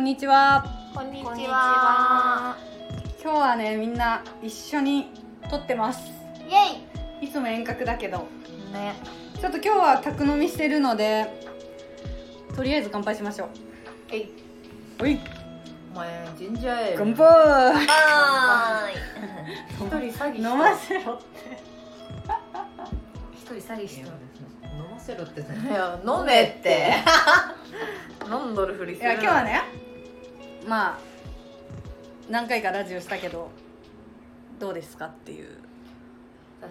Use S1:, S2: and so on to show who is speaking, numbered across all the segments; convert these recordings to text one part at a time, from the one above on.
S1: にちは
S2: こんに
S3: こんにちは。
S1: 今日はねみんな一緒に撮ってます
S2: イエ
S1: いつも遠隔だけど
S3: ね。
S1: ちょっと今日は宅飲みしてるのでとりあえず乾杯しましょう
S3: えい、
S1: おい
S3: お前ジンジャーエール
S1: 乾。杯
S2: イ。は
S3: 一人詐欺した。
S1: 飲ませろって
S2: 一人詐欺してる。
S4: 飲ませろって
S3: いや飲めって。 飲んどるふり
S1: い
S3: する。
S1: や今日は。ねまあ何回かラジオしたけどどうですかっていう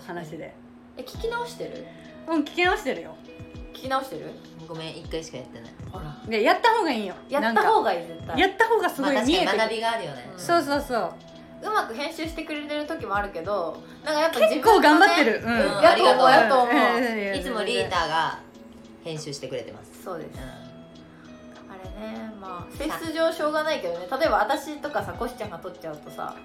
S1: 話。で
S2: え聞き直してる？
S1: うん聞き直してるよ
S3: 聞き直してる？
S4: ごめん一回しかやってない
S3: ほら。
S1: でやった方がいいよ
S2: やっ
S1: な
S2: た
S1: んか
S2: 方がいい絶対。
S1: やった方がすご
S4: ま
S1: い
S4: あ確
S1: 見
S4: か
S1: え
S4: に
S1: てく
S4: 学
S1: る
S4: びがあるよね
S3: うん
S1: そうそうそう
S3: うまく編集してくれてる時もあるけど、なんかやっぱ
S1: 結構頑張ってる
S3: 自
S1: うん
S3: 分のね
S4: うん
S3: やと思う
S4: あ
S3: やと
S4: りがと
S3: 思う。
S4: いつもリーダーが編集してくれてます
S3: そうです
S4: う。
S3: あれね、まあ性質上しょうがないけどね。例えば私とかさ、コシちゃんが撮っちゃうとさ、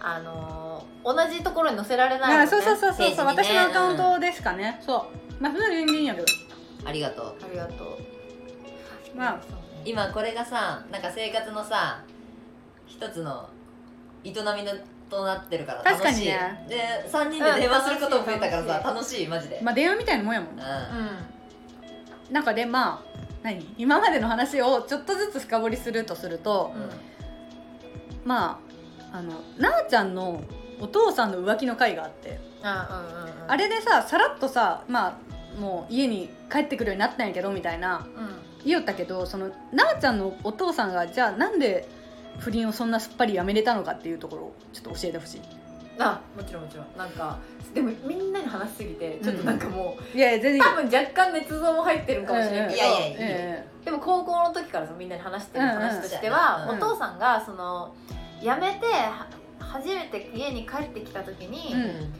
S3: あのー同じところに載せられないもん
S1: あ
S3: ね。
S1: そうそうそうそう、
S4: ページにね
S1: 私のアカウントですかね、そうまあ普段全然いいんやけど
S4: んありがとう
S3: ありがとう。
S1: まあ
S3: そうね
S4: 今これがさなんか生活のさ一つの営みのとなってるから楽しい
S1: 確かにね
S4: で3人で電話することも増えたからさ、
S3: うん
S4: 楽しいマジで、
S1: まあ電話みたいなもんやもんね
S4: うん
S1: なんかでまあ何今までの話をちょっとずつ深掘りするとすると、
S3: うん。うん。
S1: まああのなあちゃんのお父さんの浮気の回があって、
S3: あ、うんうんうん。
S1: あれでささらっとさまあもう家に帰ってくるようになったんやけどみたいな
S3: う
S1: 言おったけどそのなあちゃんのお父さんがじゃあなんで不倫をそんなすっぱりやめれたのかっていうところをちょっと教えてほしい
S3: ん、あもちろんもちろんなんかでもみんなに話しすぎてちょっとなんかもう、
S1: いやいや全然いいよ
S3: 多分若干捏造も入ってるんかもしれん
S1: うんうん
S3: けど、
S4: いやいやいい
S1: え
S3: でも高校の時からさみんなに話してる話としては、
S1: うんうん
S3: お父さんがその辞めては初めて家に帰ってきた時に、
S1: うん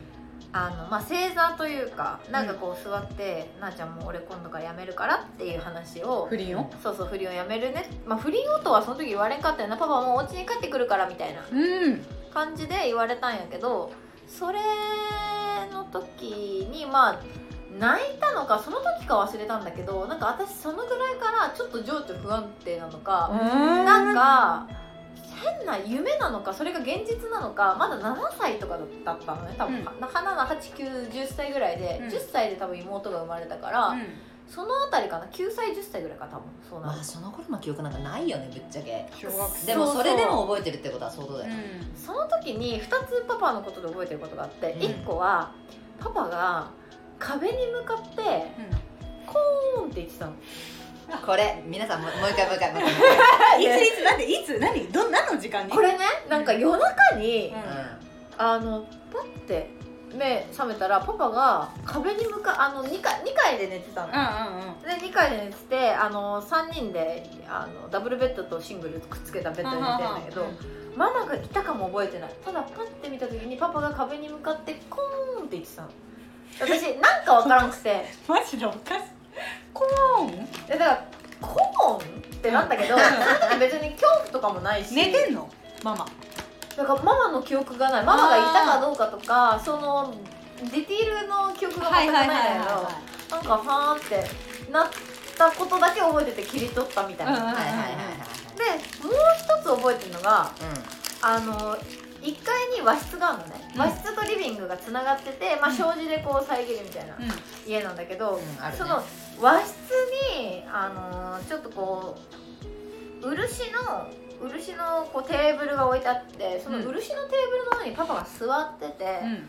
S3: あのまあ、正座というかなんかこう座って、なあちゃんもう俺今度から辞めるからっていう話
S1: え
S3: を
S1: 不倫を
S3: そうそう不倫をやめるね、まあ、不倫をとはその時言われんかったよなパパもうお家に帰ってくるからみたいな
S1: うん
S3: 感じで言われたんやけどそれの時にまあ泣いたのかその時か忘れたんだけどなんか私そのぐらいからちょっと情緒不安定なのか、なんか変な夢なのかそれが現実なのかまだ7歳とかだったのね多分、
S1: うん
S3: な花が8910歳ぐらいで、
S1: うん
S3: 10歳で多分妹が生まれたから、
S1: うん
S3: その辺りかな9歳10歳ぐらいかな多分そうな
S4: ま
S3: る
S4: あ
S3: と
S4: その頃の記憶なんかないよねぶっちゃけ
S1: 小学生
S4: でもそれでも覚えてるってことは相当だよ、
S1: う
S3: その時に2つパパのことで覚えてることがあって、
S4: うん
S3: 一1個はパパが壁に向かって
S1: ん
S3: コーンって言ってたの
S4: これ皆さんももう一回もう一回もう一回
S1: いついつなんでいつ何ど何の時間に
S3: これねなんか夜中
S1: う
S3: に、
S1: ん
S3: あのパッて目覚めたらパパが壁に向かあの 2, 階2階で寝てたの、
S1: うんうんうん
S3: で2階で寝ててあの3人であのダブルベッドとシングルくっつけたベッドで寝てるんだけど、ママがいたかも覚えてないただパッて見た時にパパが壁に向かってコーンって言ってたの私なんかわからんくて
S1: マジでおかしいコー
S3: えだからコーンってなっ たけど、その時別に恐怖とかもないし
S1: ン寝てんのママ
S3: だからママの記憶がないママがいたかどうかとかそのディティールの記憶が全くないんだけどなんかはーってなったことだけ覚えてて切り取ったみたいな、
S1: うんうん
S3: で
S4: はいはいはいはい
S3: もう一つ覚えてるのが
S4: はいうん
S3: あの1階に和室があるのね、
S1: うん
S3: 和室とリビングがつながってて、まあ、
S1: うん
S3: 障子でこう遮るみたいな
S1: うん
S3: 家なんだけど、
S4: うんあるね
S3: その和室に、あのーちょっとこう漆の漆のこうテーブルが置いてあってその
S1: うん
S3: 漆のテーブルの上にパパが座ってて、
S1: うん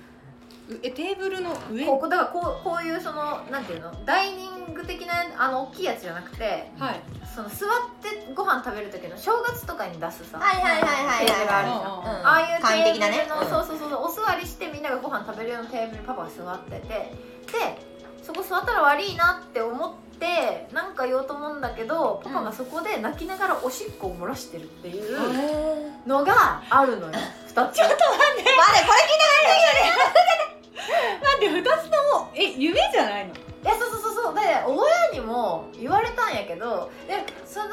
S1: えテーブルの上
S3: こうだからこうこういうそのなんていうのダイニング的なあの大きいやつじゃなくて
S1: はい
S3: その座ってご飯食べる時の正月とかに出すさ、
S4: はいはいはいはい
S3: テーブルあるじゃん
S1: うんうんうん
S3: ああいう
S4: 簡易
S3: テーブ
S4: 的なね
S3: ルの、そうそうそうそうお座りしてみんながご飯食べるようなテーブルにパパが座っててでそこ座ったら悪いなって思ってなんか言おうと思うんだけどパパがそこで泣きながらおしっこを漏らしてるっていう
S4: うん
S3: のがあるのよ2つ
S4: 待ってこれ
S1: 待って二つともえ夢じゃないの
S3: いやそうそうそうそうで親にも言われたんやけどでその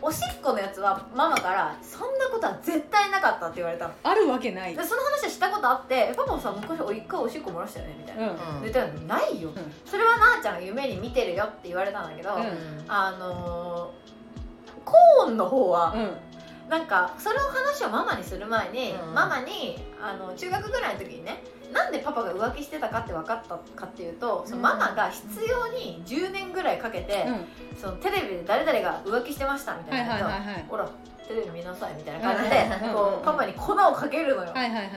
S3: おしっこのやつはママから「そんなことは絶対なかった」って言われたの
S1: あるわけない
S3: でその話はしたことあってえ「パパもさ昔お一回おしっこ漏らしたよね」みたいな
S1: うん
S4: 聞
S3: 言
S4: い
S3: ってたら「ないよ」
S1: ん
S3: それはなあちゃんが夢に見てるよって言われたんだけど、
S1: う
S4: ない
S1: ん
S3: あのー、コーンの方は
S1: うん
S3: なんかそれを話をママにする前に、
S4: うん
S3: ママにあの中学ぐらいの時にねなんでパパが浮気してたかって分かったかっていうと、そのママが必要に10年ぐらいかけて、
S1: うん
S3: そのテレビで誰々が浮気してましたみた
S1: はいい
S3: な
S1: はい
S3: ことを
S1: はいはい
S3: ほらテレビ見なさいみたいな感じで
S4: うん
S3: こうパパに粉をかけるのよ、
S1: はいはいはい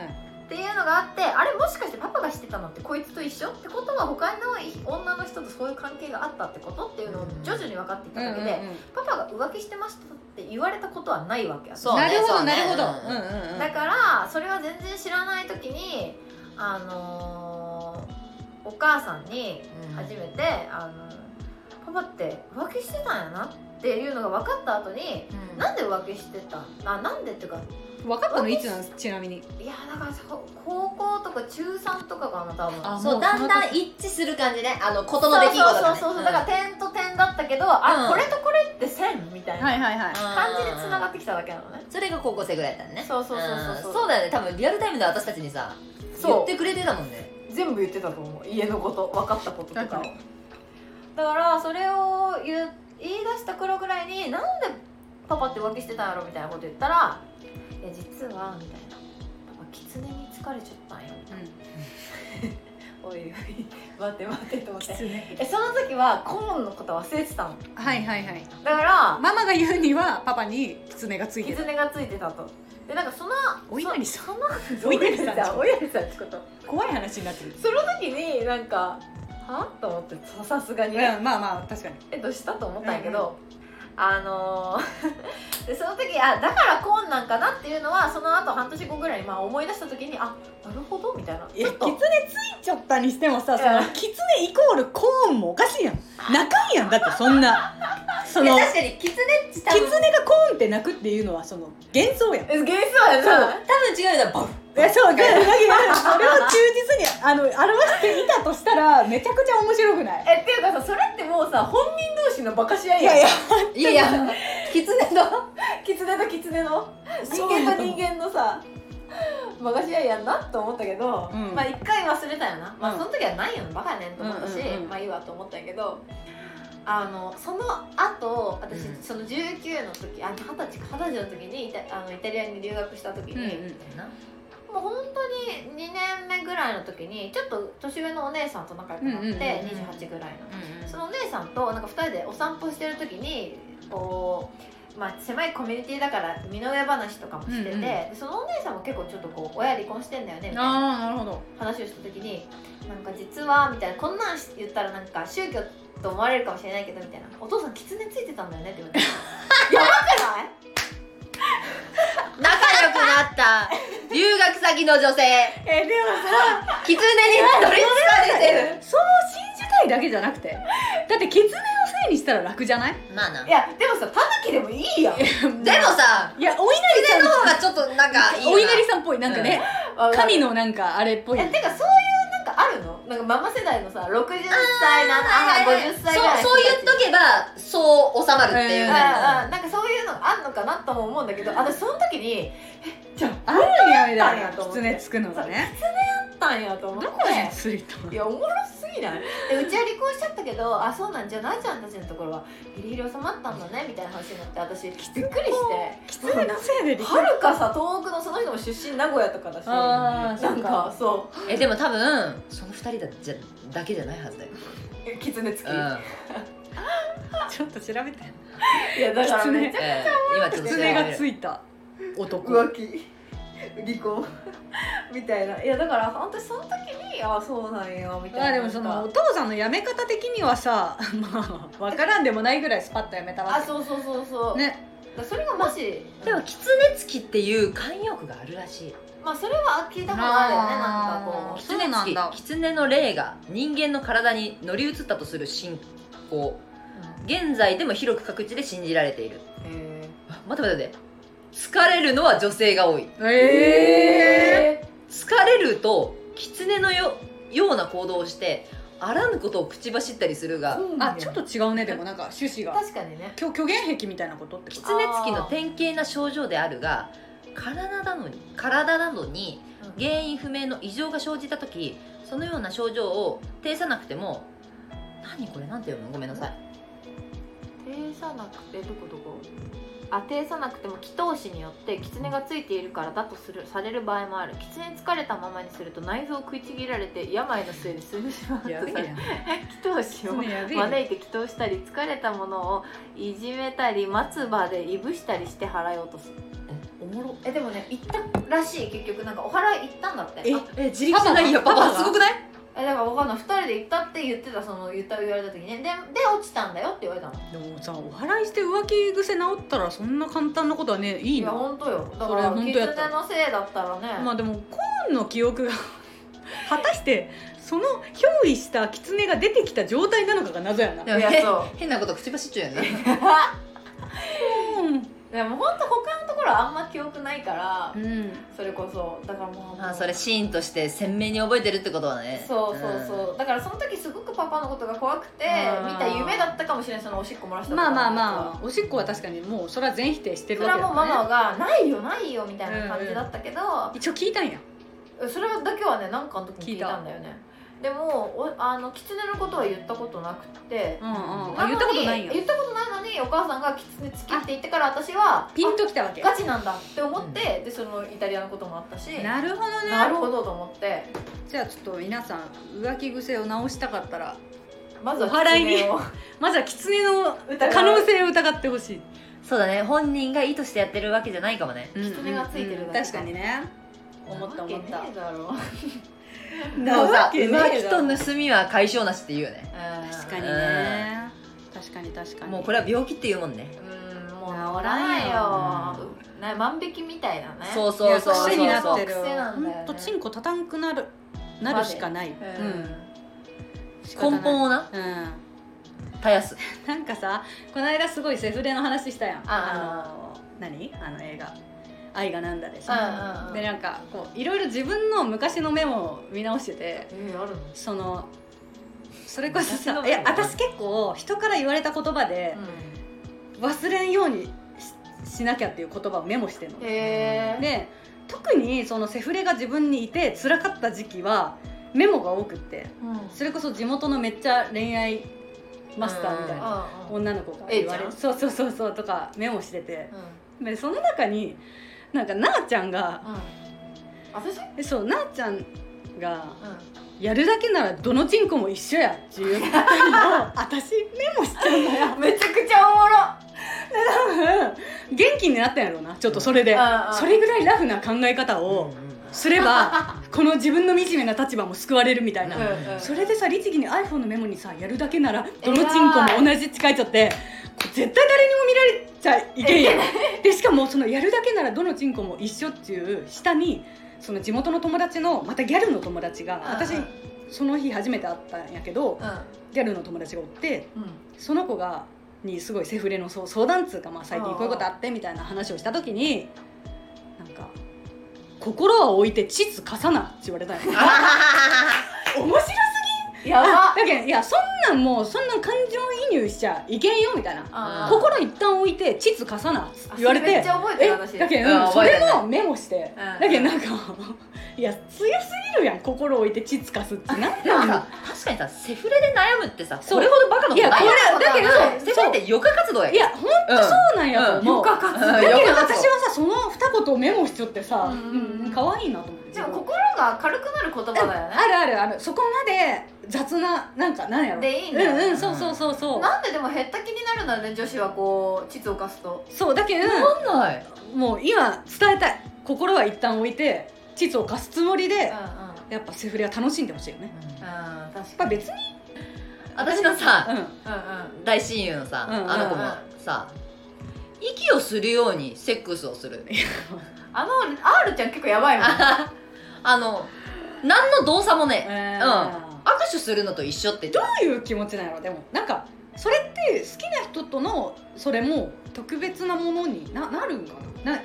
S3: っていうのがあってあれもしかしてパパが知ってたのってこいつと一緒ってことは他のい女の人とそういう関係があったってことっていうのを徐々に分かっていっただけで、
S1: うんうんうん
S3: パパが浮気してましたって言われたことはないわけや
S4: そうね
S1: なるほ
S4: そ
S1: ど
S4: うね
S1: なるほど
S4: うん
S1: うんうんうん
S3: だからそれは全然知らない時にあのーお母さんに初めて、あのパパって浮気してたんやなっていうのが分かった後になんで浮気してたんあなんでっていうか
S1: 分かったのいつなんですちなみに
S3: いやだからそう高校とか中3とかかな多分
S1: あ
S4: そ
S1: も
S4: う
S1: う
S4: だん
S1: そ
S4: だ
S1: の
S4: ん一致する感じねあの
S3: そ
S4: 事
S3: う
S4: の出来事が、ね、
S3: そうそうそうだから点と点だったけど、あ
S4: うん
S3: これとこれって線みたいな
S1: はいはいはい
S3: 感じでつなが
S4: っ
S3: ってきただけなのね
S4: てそれが高校生ぐらいだったのね
S3: そうそうそうそうそうん
S4: そうだよね多分リアルタイムで私たちにさ言
S3: そう
S4: ってくれてたもんね
S3: 全部言ってたと思う家のこと分かったこととかを
S1: だから
S3: だからそれを言う言い出した頃ぐらいになんでパパって浮気してたんやろみたいなこと言ったら「いや実は」みたいな「パパキツネに疲れちゃったんよ」おいおい待って待ってと思っ
S1: き
S3: て
S1: つね
S3: えその時は顧問のこと忘れてたの
S1: はいはいはい
S3: だから
S1: ママが言うにはパパに狐がついてる
S3: 絆がついてたとでなんかその
S1: お稲荷さん
S3: お
S1: お稲 荷さんちょっと
S3: おやりさんってこと
S1: 怖い話になってる
S3: その時になんかはと思ってささすがに、
S1: うんまあまあ確かに
S3: えどうしたと思ったんやけど、あのー でその時あだからこんなんかなっていうのはその後半年後ぐらいに、まあ、思い出した時にあなるほどみたいなちょっと
S1: 狐ついちゃったにしてもさ
S3: その
S1: 狐イコールコーンもおかしいやん泣かんやんだってそんなそ
S4: いや確かにキツネっち多分多分
S1: がコーンって泣くっていうのはその幻想やん
S3: えゲイスはさ
S4: 違うよバフ
S1: えそうだからだけどそれを忠実にあの表していたとしたらめちゃくちゃ面白くない
S3: えっていうかさそれってもうさ本人同士のバカし合い
S1: い
S3: やん
S1: やいや
S4: いやいやキツネの
S3: 狐と狐の人
S1: そう
S3: 間と人間のさバカし合いやんなと思ったけど、
S1: うん
S3: まあ一回忘れたよな、まあ
S1: うん
S3: その時はないよなバカやねんと思ったし、
S1: うんうんうん
S3: まあいいわと思ったんやけどあのその後私、
S4: うん
S3: その19の時あ二十歳か二十歳の時にイタあのイタリアに留学した時に、もう本当に2年目ぐらいの時にちょっと年上のお姉さんと仲良くなっ
S1: う
S3: て、
S1: んうんうんうん
S3: 28ぐらいのそのお姉さんとなんか2人でお散歩してる時にこう、まあ、狭いコミュニティだから身の上話とかもして
S1: う
S3: て、
S1: んうん
S3: でそのお姉さんも結構ちょっとこう親離婚してんだよねみたいな
S1: ああなるほど
S3: 話をした時になんか実はみたいなこんなん言ったらなんか宗教と思われるかもしれないけどみたいなお父さん狐ついてたんだよねって言われてやばくない
S4: 仲良くなった留学先の女性
S1: えでも
S4: キツネに取りつかれてる
S1: さその信じたいだけじゃなくてだって狐をせいにしたら楽じゃない
S4: まあない
S3: やでもさタヌキでもいいやん
S1: でも
S4: でもさ
S1: いやお稲荷
S4: キツ
S1: さ
S4: ネ
S1: ん
S4: の方がちょっとなんかいいな
S1: お稲荷さんっぽいなんかね、神
S3: の
S1: のなんかあれっぽい
S3: えてかそういうなんかあるのなんかママ世代のさ60歳な
S4: はい
S3: あ
S4: はいはい
S3: 50歳ぐらい
S4: そうそう言っとけばそう収まるっていううんね
S3: ああなんかそういうのがあんのかなとも思うんだけど私その時にえじゃ
S1: あ
S3: あ
S1: るんやみ
S3: あ
S1: た
S3: るん
S1: い
S3: や
S1: な
S3: と思って
S1: 狐つくのがね
S3: あったんやと思っ
S1: ど
S3: て
S1: こについたの
S3: いやおもろすぎないでうちは離婚しちゃったけどあそうなんじゃないちゃんたちのところはギリギリ収まったんだねみたいな話になって私びっくりして
S1: 狐のせいで
S3: はるかさ東北のその人も出身名古屋とかだしな
S1: ああそうんか
S3: かそう
S4: えでも多分その二人だじゃだけじゃないはずだ よ、
S3: え狐つき、
S4: う
S1: ちょっと調べて
S3: いやだからめっ
S4: ん
S3: ちゃ
S4: えー、今ちょっと調べ
S1: 狐が
S4: る
S1: ついた男
S3: 浮気 離婚みたいないやだから本当にその時にあそうなんやみた
S1: ま
S3: いな
S1: あでもそのお父さんの辞め方的にはさ まあ分からんでもないぐらいスパッと辞めたわ
S3: あ
S1: け
S3: そうそうそうそう、
S1: ね
S3: だからそれがもし、
S4: でも狐つきっていう慣用句があるらしい
S3: まあそれは聞いたことあるよねなんかこ
S1: あ
S3: う
S1: ーそうなんだ
S4: 狐の霊が人間の体に乗り移ったとする信仰現在でも広く各地で信じられている
S3: へ
S4: あ待って待って待って疲れるのは女性が多い
S1: ええ
S3: え
S4: 疲れると狐のよような行動をしてあらぬことを口走ったりするが
S1: あちょっと違うねでもなんか趣旨が
S3: 確かにね
S1: 虚虚言癖みたいなことってこと
S4: 狐つきの典型な症状であるが体なのに体などに
S3: うん
S4: 原因不明の異常が生じた時そのような症状を呈さなくても何これなんて読むのごめんなさい
S3: 呈さなくてどこどこあ呈さなくても祈祷師によって狐がついているからだとするされる場合もある狐に疲れたままにすると内臓を食いちぎられて病の末に死んでしまうとさ
S1: やべ
S3: れ
S1: え
S3: 祈
S1: やん
S3: 祷師を
S1: それやべえやん
S3: 招いて祈祷したり疲れたものをいじめたり松葉でいぶしたりして払い落とす
S4: おもろ
S3: えでもね行ったらしい結局なんかお祓い行ったんだって
S4: ええ自力じゃないよ
S1: パ
S4: パ
S1: パ
S4: パ
S1: が
S4: すごくない
S3: えだからわかんない2人で行ったって言ってたその言った言われた時ねでで落ちたんだよって言われたの
S1: でもさお祓いして浮気癖治ったらそんな簡単なことはねい
S3: い
S1: い
S3: や
S1: の
S3: 本当よだ
S1: そ
S3: か
S1: れ
S3: ら
S1: 本当
S3: 狐
S1: やった
S3: のせいだったらね、
S1: まあでもコーンの記憶が 果たしてその憑依した狐が出てきた状態なのかが謎やない
S4: や
S3: いやそう
S4: 変なこと口走っちゃうよね
S3: でも本当他のところはあんま記憶ないから
S1: うん
S3: それこそだからもう
S4: あそれシーンとして鮮明に覚えてるってことはね
S3: そうそうそう、だからその時すごくパパのことが怖くて
S1: うん
S3: 見た夢だったかもしれないそのおしっこ漏らした
S1: まあまあまあおしっこは確かにもうそれは全否定して
S3: そ
S1: る
S3: れ
S1: わ
S3: は
S1: けだ
S3: も
S1: か
S3: うマ
S1: ら、
S3: マ
S1: ね、
S3: が「ないよないよ」みたいな感じだったけど、
S1: 一応聞いたんや
S3: それだけはねなんかの時に聞いたんだよねでもおあの狐のことは言ったことなくて
S1: うんうん
S3: なの
S1: あ言
S3: に
S1: ったことないんや
S3: 言ったことないのにお母さんが狐つきって言ってから私は
S1: ピンときたわけ
S3: あガチなんだって思って、でそのイタリアのこともあったし
S1: なるほどね
S3: なるほどと思って
S1: じゃあちょっと皆さん浮気癖を直したかったら
S3: まずは
S1: お祓いに
S3: 狐を
S1: まずは狐の
S3: 疑う
S1: 可能性を疑ってほしい
S4: そうだね本人が意図してやってるわけじゃないかもね
S1: 狐
S3: がついてるだけ
S1: 確かにね思った思っ
S3: な
S1: た
S3: わけねえだろ
S4: でもさ
S1: なわけねえ
S4: 浮気
S1: だろ
S4: と盗みは解消なしって言うよね
S1: 確かにね確かに確かに
S4: もうこれは病気っていうもんね
S3: うんもう治らないよ、ね、万引きみたいなね
S4: そううそうそうそう
S1: いや癖になってる
S3: 癖なんだよね
S1: ほんとチンコたたんくなるなるしかない、うん
S3: ん
S1: 仕方な
S4: 根
S1: い
S4: 本をな
S1: うん
S4: 絶やす
S1: なんかさこの間すごいセフレの話したやん
S3: あ
S1: の何あの映画「愛がなんだ」で
S3: うんうん
S1: さ
S3: うん
S1: でなんかこういろいろ自分の昔のメモを見直してて
S3: えーあるの
S1: そのそれこそ
S4: 昔の
S1: さい
S4: メ
S1: や
S4: モ
S1: 私結構人から言われた言葉で忘れんようにししなきゃっていう言葉をメモしてんの。
S3: へえ
S1: で特にそのセフレが自分にいて辛かった時期はメモが多くってそれこそ地元のめっちゃ恋愛マスターみたいな女の子が言われ
S3: ええ
S1: る
S3: ち
S1: そうそうそうそうとかメモしててでその中になんかなあちゃんが
S3: 私
S1: えそうなあちゃんがやるだけならどのチンコも一緒やって いうことを私メモしちゃうのよ
S3: めちゃくちゃおもろ
S1: 多分元気になったんやろうなちょっとそれで
S3: うんうん
S1: それぐらいラフな考え方をすれ ばこの自分の惨めな立場も救われるみたいな、
S3: うんうん
S1: それでさ律儀に iPhone のメモにさやるだけならどのチンコも同じって書いちゃってこれ絶対誰にも見られちゃいけんやんでしかもそのやるだけならどのチンコも一緒っていう下にその地元の友達のまたギャルの友達が私
S3: うん
S1: その日初めて会ったんやけどギャルの友達がおってその子がにすごいセフレのそう相談っつうか、まあ、最近こういうことあってみたいな話をした時になんか「心は置いて地図貸さな」って言われたんや面白す
S3: や ば
S1: だけどいやそんなんもうそんなん感情移入しちゃいけんよみたいな心一旦置いて地図貸さなっつって言われ
S3: めってちゃ覚えて
S1: え
S3: る私
S1: だけど、
S4: うん
S1: うんそ
S4: 覚え
S1: れ
S4: てるね
S1: もメモして、
S3: うん
S1: だけどなんか いや強すぎるやん心置いて地図貸すってなん
S4: でも
S1: なん
S4: さ確かにさセフレで悩むってさ
S1: そう
S4: これほどバカなことな
S1: い
S4: い
S1: や
S3: これだけど
S4: セフレって余暇活動や
S1: いやほん
S4: うん
S1: そ
S4: そう
S1: なんやと思う、
S4: 余
S1: だ
S4: 活
S1: けど
S4: 余暇活動
S1: 私はさその二言をメモしちゃってさ、
S3: うん
S1: うん可愛いなと思って
S3: でも心が軽くなる言葉だよね
S1: あるあるあるそこまで雑ななんかなんやろ
S3: でいいん
S1: う
S3: だよ
S1: ん
S3: ね
S1: うんそうそうそうそう
S3: なんででも減った気になるんだね女子はこう地図を貸すと
S1: そうだけど、
S4: わかんない
S1: もう今伝えたい心は一旦置いて地図を貸すつもりで
S3: うんう、ん
S1: やっぱセフレは楽しんでほしいよね
S3: うん確
S1: やっぱ
S3: かに
S1: 別に
S4: 私のさ
S1: う
S3: うんうん
S4: 大親友のさ
S1: うん
S4: あの子もさ息をするようにセックスをする
S3: あの R ちゃん結構やばいもん
S4: あの何の動作も
S1: ん、
S4: ね
S1: え
S4: 握手するのと一緒って
S1: どういう気持ちなのでもなんかそれって好きな人とのそれも特別なものにななるんかなな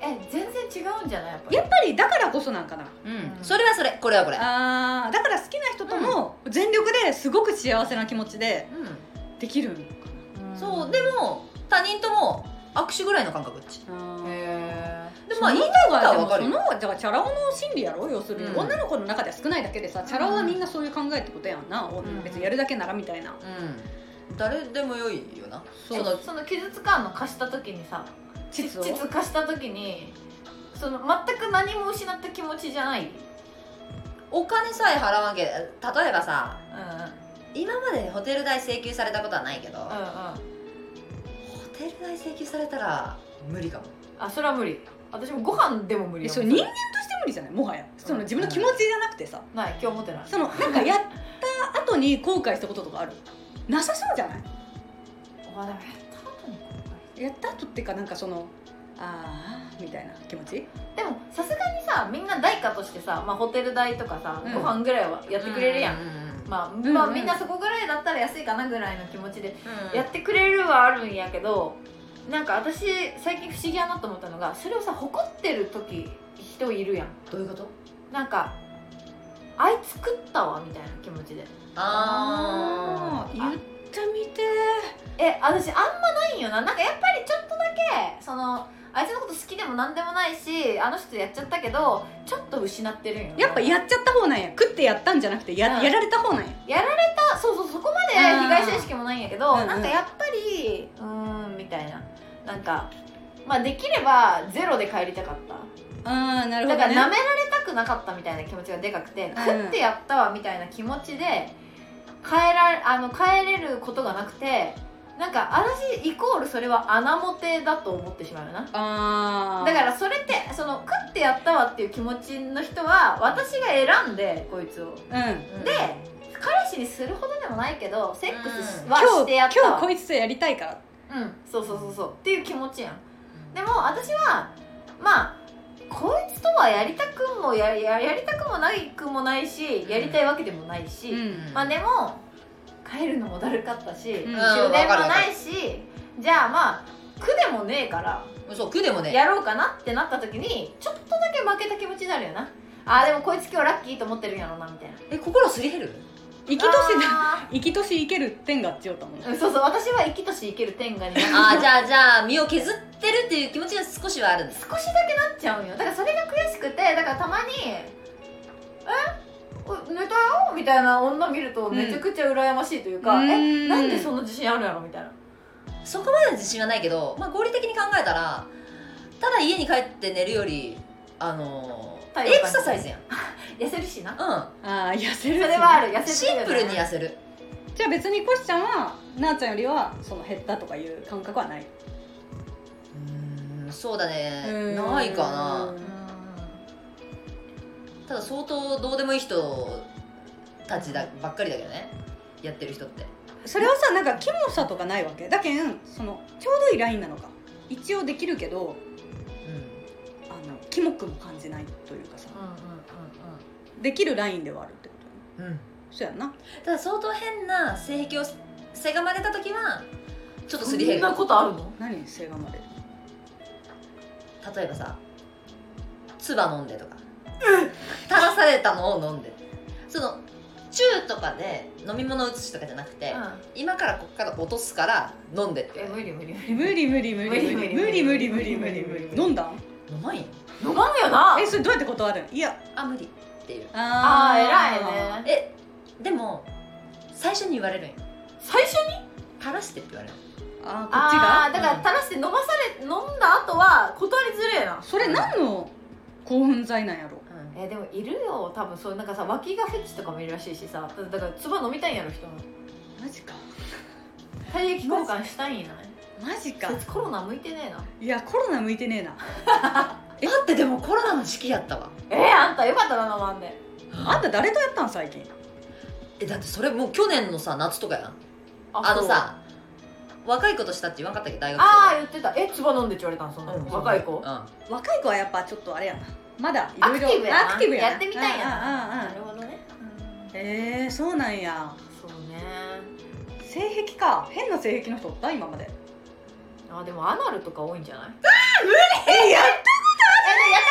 S3: え全然違うんじゃないやっぱり
S1: やっぱりだからこそなんかな
S4: うんそれはそれこれはこれ
S1: あーだから好きな人とも全力ですごく幸せな気持ちで
S4: う
S1: できるんか
S4: んそうでも他人とも握手ぐらいの感覚っち
S1: な、
S3: へー
S4: でも
S1: ま
S4: ま
S1: あ
S4: あ
S1: 言い
S4: 言い
S1: たいこは
S4: たいこととは
S1: 分
S4: わ
S1: か
S4: か
S1: るそ
S4: るよ
S1: のだからチャラ男の心理やろ要するに、
S4: うん
S1: 女の子の中では少ないだけでさチャラ男はみんなそういう考えってことやんな、女別にやるだけならみたいな
S4: うん誰でも良いよな
S3: そ
S4: その
S3: のその傷つかんの貸した時にさ
S1: 地図を
S3: 膣貸した時にその全く何も失った気持ちじゃない、
S4: お金さえ払わんけ例えばさ
S3: うんうん、うん
S4: 今までホテル代請求されたことはないけど、ホ
S3: うん
S4: テル代請求されたら無理かも
S3: あそれは無理私もご飯でも無理
S1: え
S3: よ
S1: そう人間として無理じゃないもはやその自分の気持ちじゃなくてさ
S3: ない今日持ってない
S1: そのなんかやった後に後悔したこととかあるなさそうじゃない
S3: お前やった後に後
S1: やった後っていうかなんかそのああみたいな気持ち
S3: 悔でもさすがにさみんな代価としてさ、まあ、ホテル代とかさ、
S1: うん
S3: ご飯ぐらいはやってくれるやん、
S4: うう
S3: まあ、
S1: んうん
S3: まあみんなそこぐらいだったら安いかなぐらいの気持ちで
S4: うん
S3: やってくれるはあるんやけどなんか私最近不思議やなと思ったのがそれをさ怒ってる時人いるやん
S4: どういうこと
S3: なんかあいつ食ったわみたいな気持ちで
S4: あ
S1: あ
S4: ー
S1: ー言ってみて
S3: え私あんまないんよななんかやっぱりちょっとだけそのあいつのこと好きでもなんでもないしあの人やっちゃったけどちょっと失ってるんよな
S1: やっぱやっちゃった方なんや食ってやったんじゃなくてや,、
S3: うん
S1: やられた方なんや
S3: あそうそうそこまで被害者意識もないんやけど、
S1: うんうん
S3: なんかやっぱりうーんみたいななんかまあできればゼロで帰りたかった
S1: ああなるほ
S3: だ
S1: ど
S3: か
S1: ね
S3: ら舐められたくなかったみたいな気持ちがでかくて、
S1: うん
S3: 食ってやったわみたいな気持ちで変えらあの変えれることがなくてなんか私イコールそれは穴もてだと思ってしまうよな
S1: ああ
S3: だからそれってその食ってやったわっていう気持ちの人は私が選んでこいつを
S1: らうん
S4: うん
S3: で彼氏にするほどでもないけどセックス
S4: うん
S3: は
S1: 今
S3: してやっ
S1: 日
S3: た
S1: 今
S3: わ
S1: 日こいつとやりたいから
S3: うんそうそうそうそうっていう気持ちやんでも私はまあこいつとはやりたくもやややりたくもないくもないしやりたいわけでもないし、
S1: うん
S3: まあでも帰るのもだるかったし、
S1: ん
S4: うん
S3: 終電
S4: わ
S3: も
S4: かるわか
S3: ないしじゃあまあ苦でもねえから
S4: るそう苦でもね
S3: やろうかなってなった時にちょっとだけ負けた気持ちになるよなあーでもこいつ今日ラッキーと思ってるんやろなみたいな
S4: え心す り減る
S1: 生きとしだ
S3: あ
S1: 生きとし生ける天が強ったもん
S3: ーうんそうそう私は生きとし生ける天下になる
S4: ああじゃあじゃあ身を削ってるっていう気持ちが少しはあるんです
S3: 少しだけなっちゃうんよだからそれが悔しくてだからたまに「えお寝たよ?」みたいな女見るとめちゃくちゃ羨ましいというか「
S1: うん
S3: えなんでそんな自信あるやろ?」みたいな
S4: そこまでの自信はないけど、まあ、合理的に考えたらただ家に帰って寝るよりあのー
S3: 体力が
S4: エクササイズやん
S3: 痩せるしな
S4: う
S1: ああ痩せ
S3: そ
S1: る
S3: れはある痩
S4: ん
S3: せる
S4: シ
S3: よね
S4: ンプルに痩せる
S1: じゃあ別にコシちゃんはなあちゃんよりはその減ったとかいう感覚はないう
S4: ーんそうだね
S1: うん
S4: ないかな
S3: うん
S4: ただ相当どうでもいい人たちだばっかりだけどねやってる人って
S1: それはさなんかキモさとかないわけだけんそのちょうどいいラインなのか一応できるけど
S4: う
S1: あのキモくも感じないというかさ
S3: うんうんうん
S1: できるラインではあるってことね
S4: ん、うん、
S1: そうやんな
S4: ただ相当変な性癖をせがまれた時はちょっとすり減
S3: そん
S4: る
S3: なことあるの
S1: 何にせがまれる
S4: 例えばさ唾飲んでとか垂らされたのを飲んでそのチューとかで飲み物移しとかじゃなくて、
S3: うん
S4: 今からこっから落とすから飲んでって
S3: え無理無理無理
S1: 無理無理無理無理無
S3: 無
S1: 理無
S3: 理
S1: 理無
S3: 無理無
S1: 理
S3: 理
S1: 無
S3: 無
S1: 理
S3: 理
S1: 無
S3: 無理
S1: 理飲んだん
S4: 飲まんよ
S3: 飲まんよな
S1: えそれどうやって断るんいや
S4: あ無理っていう
S1: あ
S3: あ
S1: ー
S3: ー偉いね
S4: えでも最初に言われるんよ
S3: 最初に
S4: 垂らしてって言われる
S1: あーこっち
S3: あ
S1: が
S3: あーだから垂らして飲まされ飲んだ後は断りづれえな
S1: それ何の興奮剤なんやろ
S4: うん
S3: えーでもいるよ多分そうなんかさ脇がフェチとかもいるらしいしさだから唾飲みたいんやろ人も
S1: マジか
S3: 体液交換したいんやない
S1: マジか
S3: そいつコロナ向いてねえない
S1: やコロナ向いてねえな
S4: え待ってでもコロナの時期やったわ
S3: えー、あんたよかったな飲まんで
S1: あんた誰とやったん最近
S4: えだってそれもう去年のさ夏とかやん
S3: あ
S4: あの
S3: そう
S4: さ若い子としたって言わんかったっけ大学
S3: ああ
S4: 生
S3: 言ってたえ唾飲んでって言われたんそんな
S4: うん
S3: の若い子
S4: うん
S1: 若い子はやっぱちょっとあれやなまだい
S3: ア
S1: ろ
S3: ク
S1: い
S3: テ
S1: ろ
S3: ィブやな
S1: アクティブやな
S3: ってみた
S1: う
S3: いや
S1: ん
S3: な
S1: うん
S3: な
S1: うん
S3: るほどねうん
S1: えー、そうなんや
S3: そうね
S1: 性癖か変な性癖の人おった今まで
S3: あでもアナルとか多いんじゃない
S1: えや
S3: えやった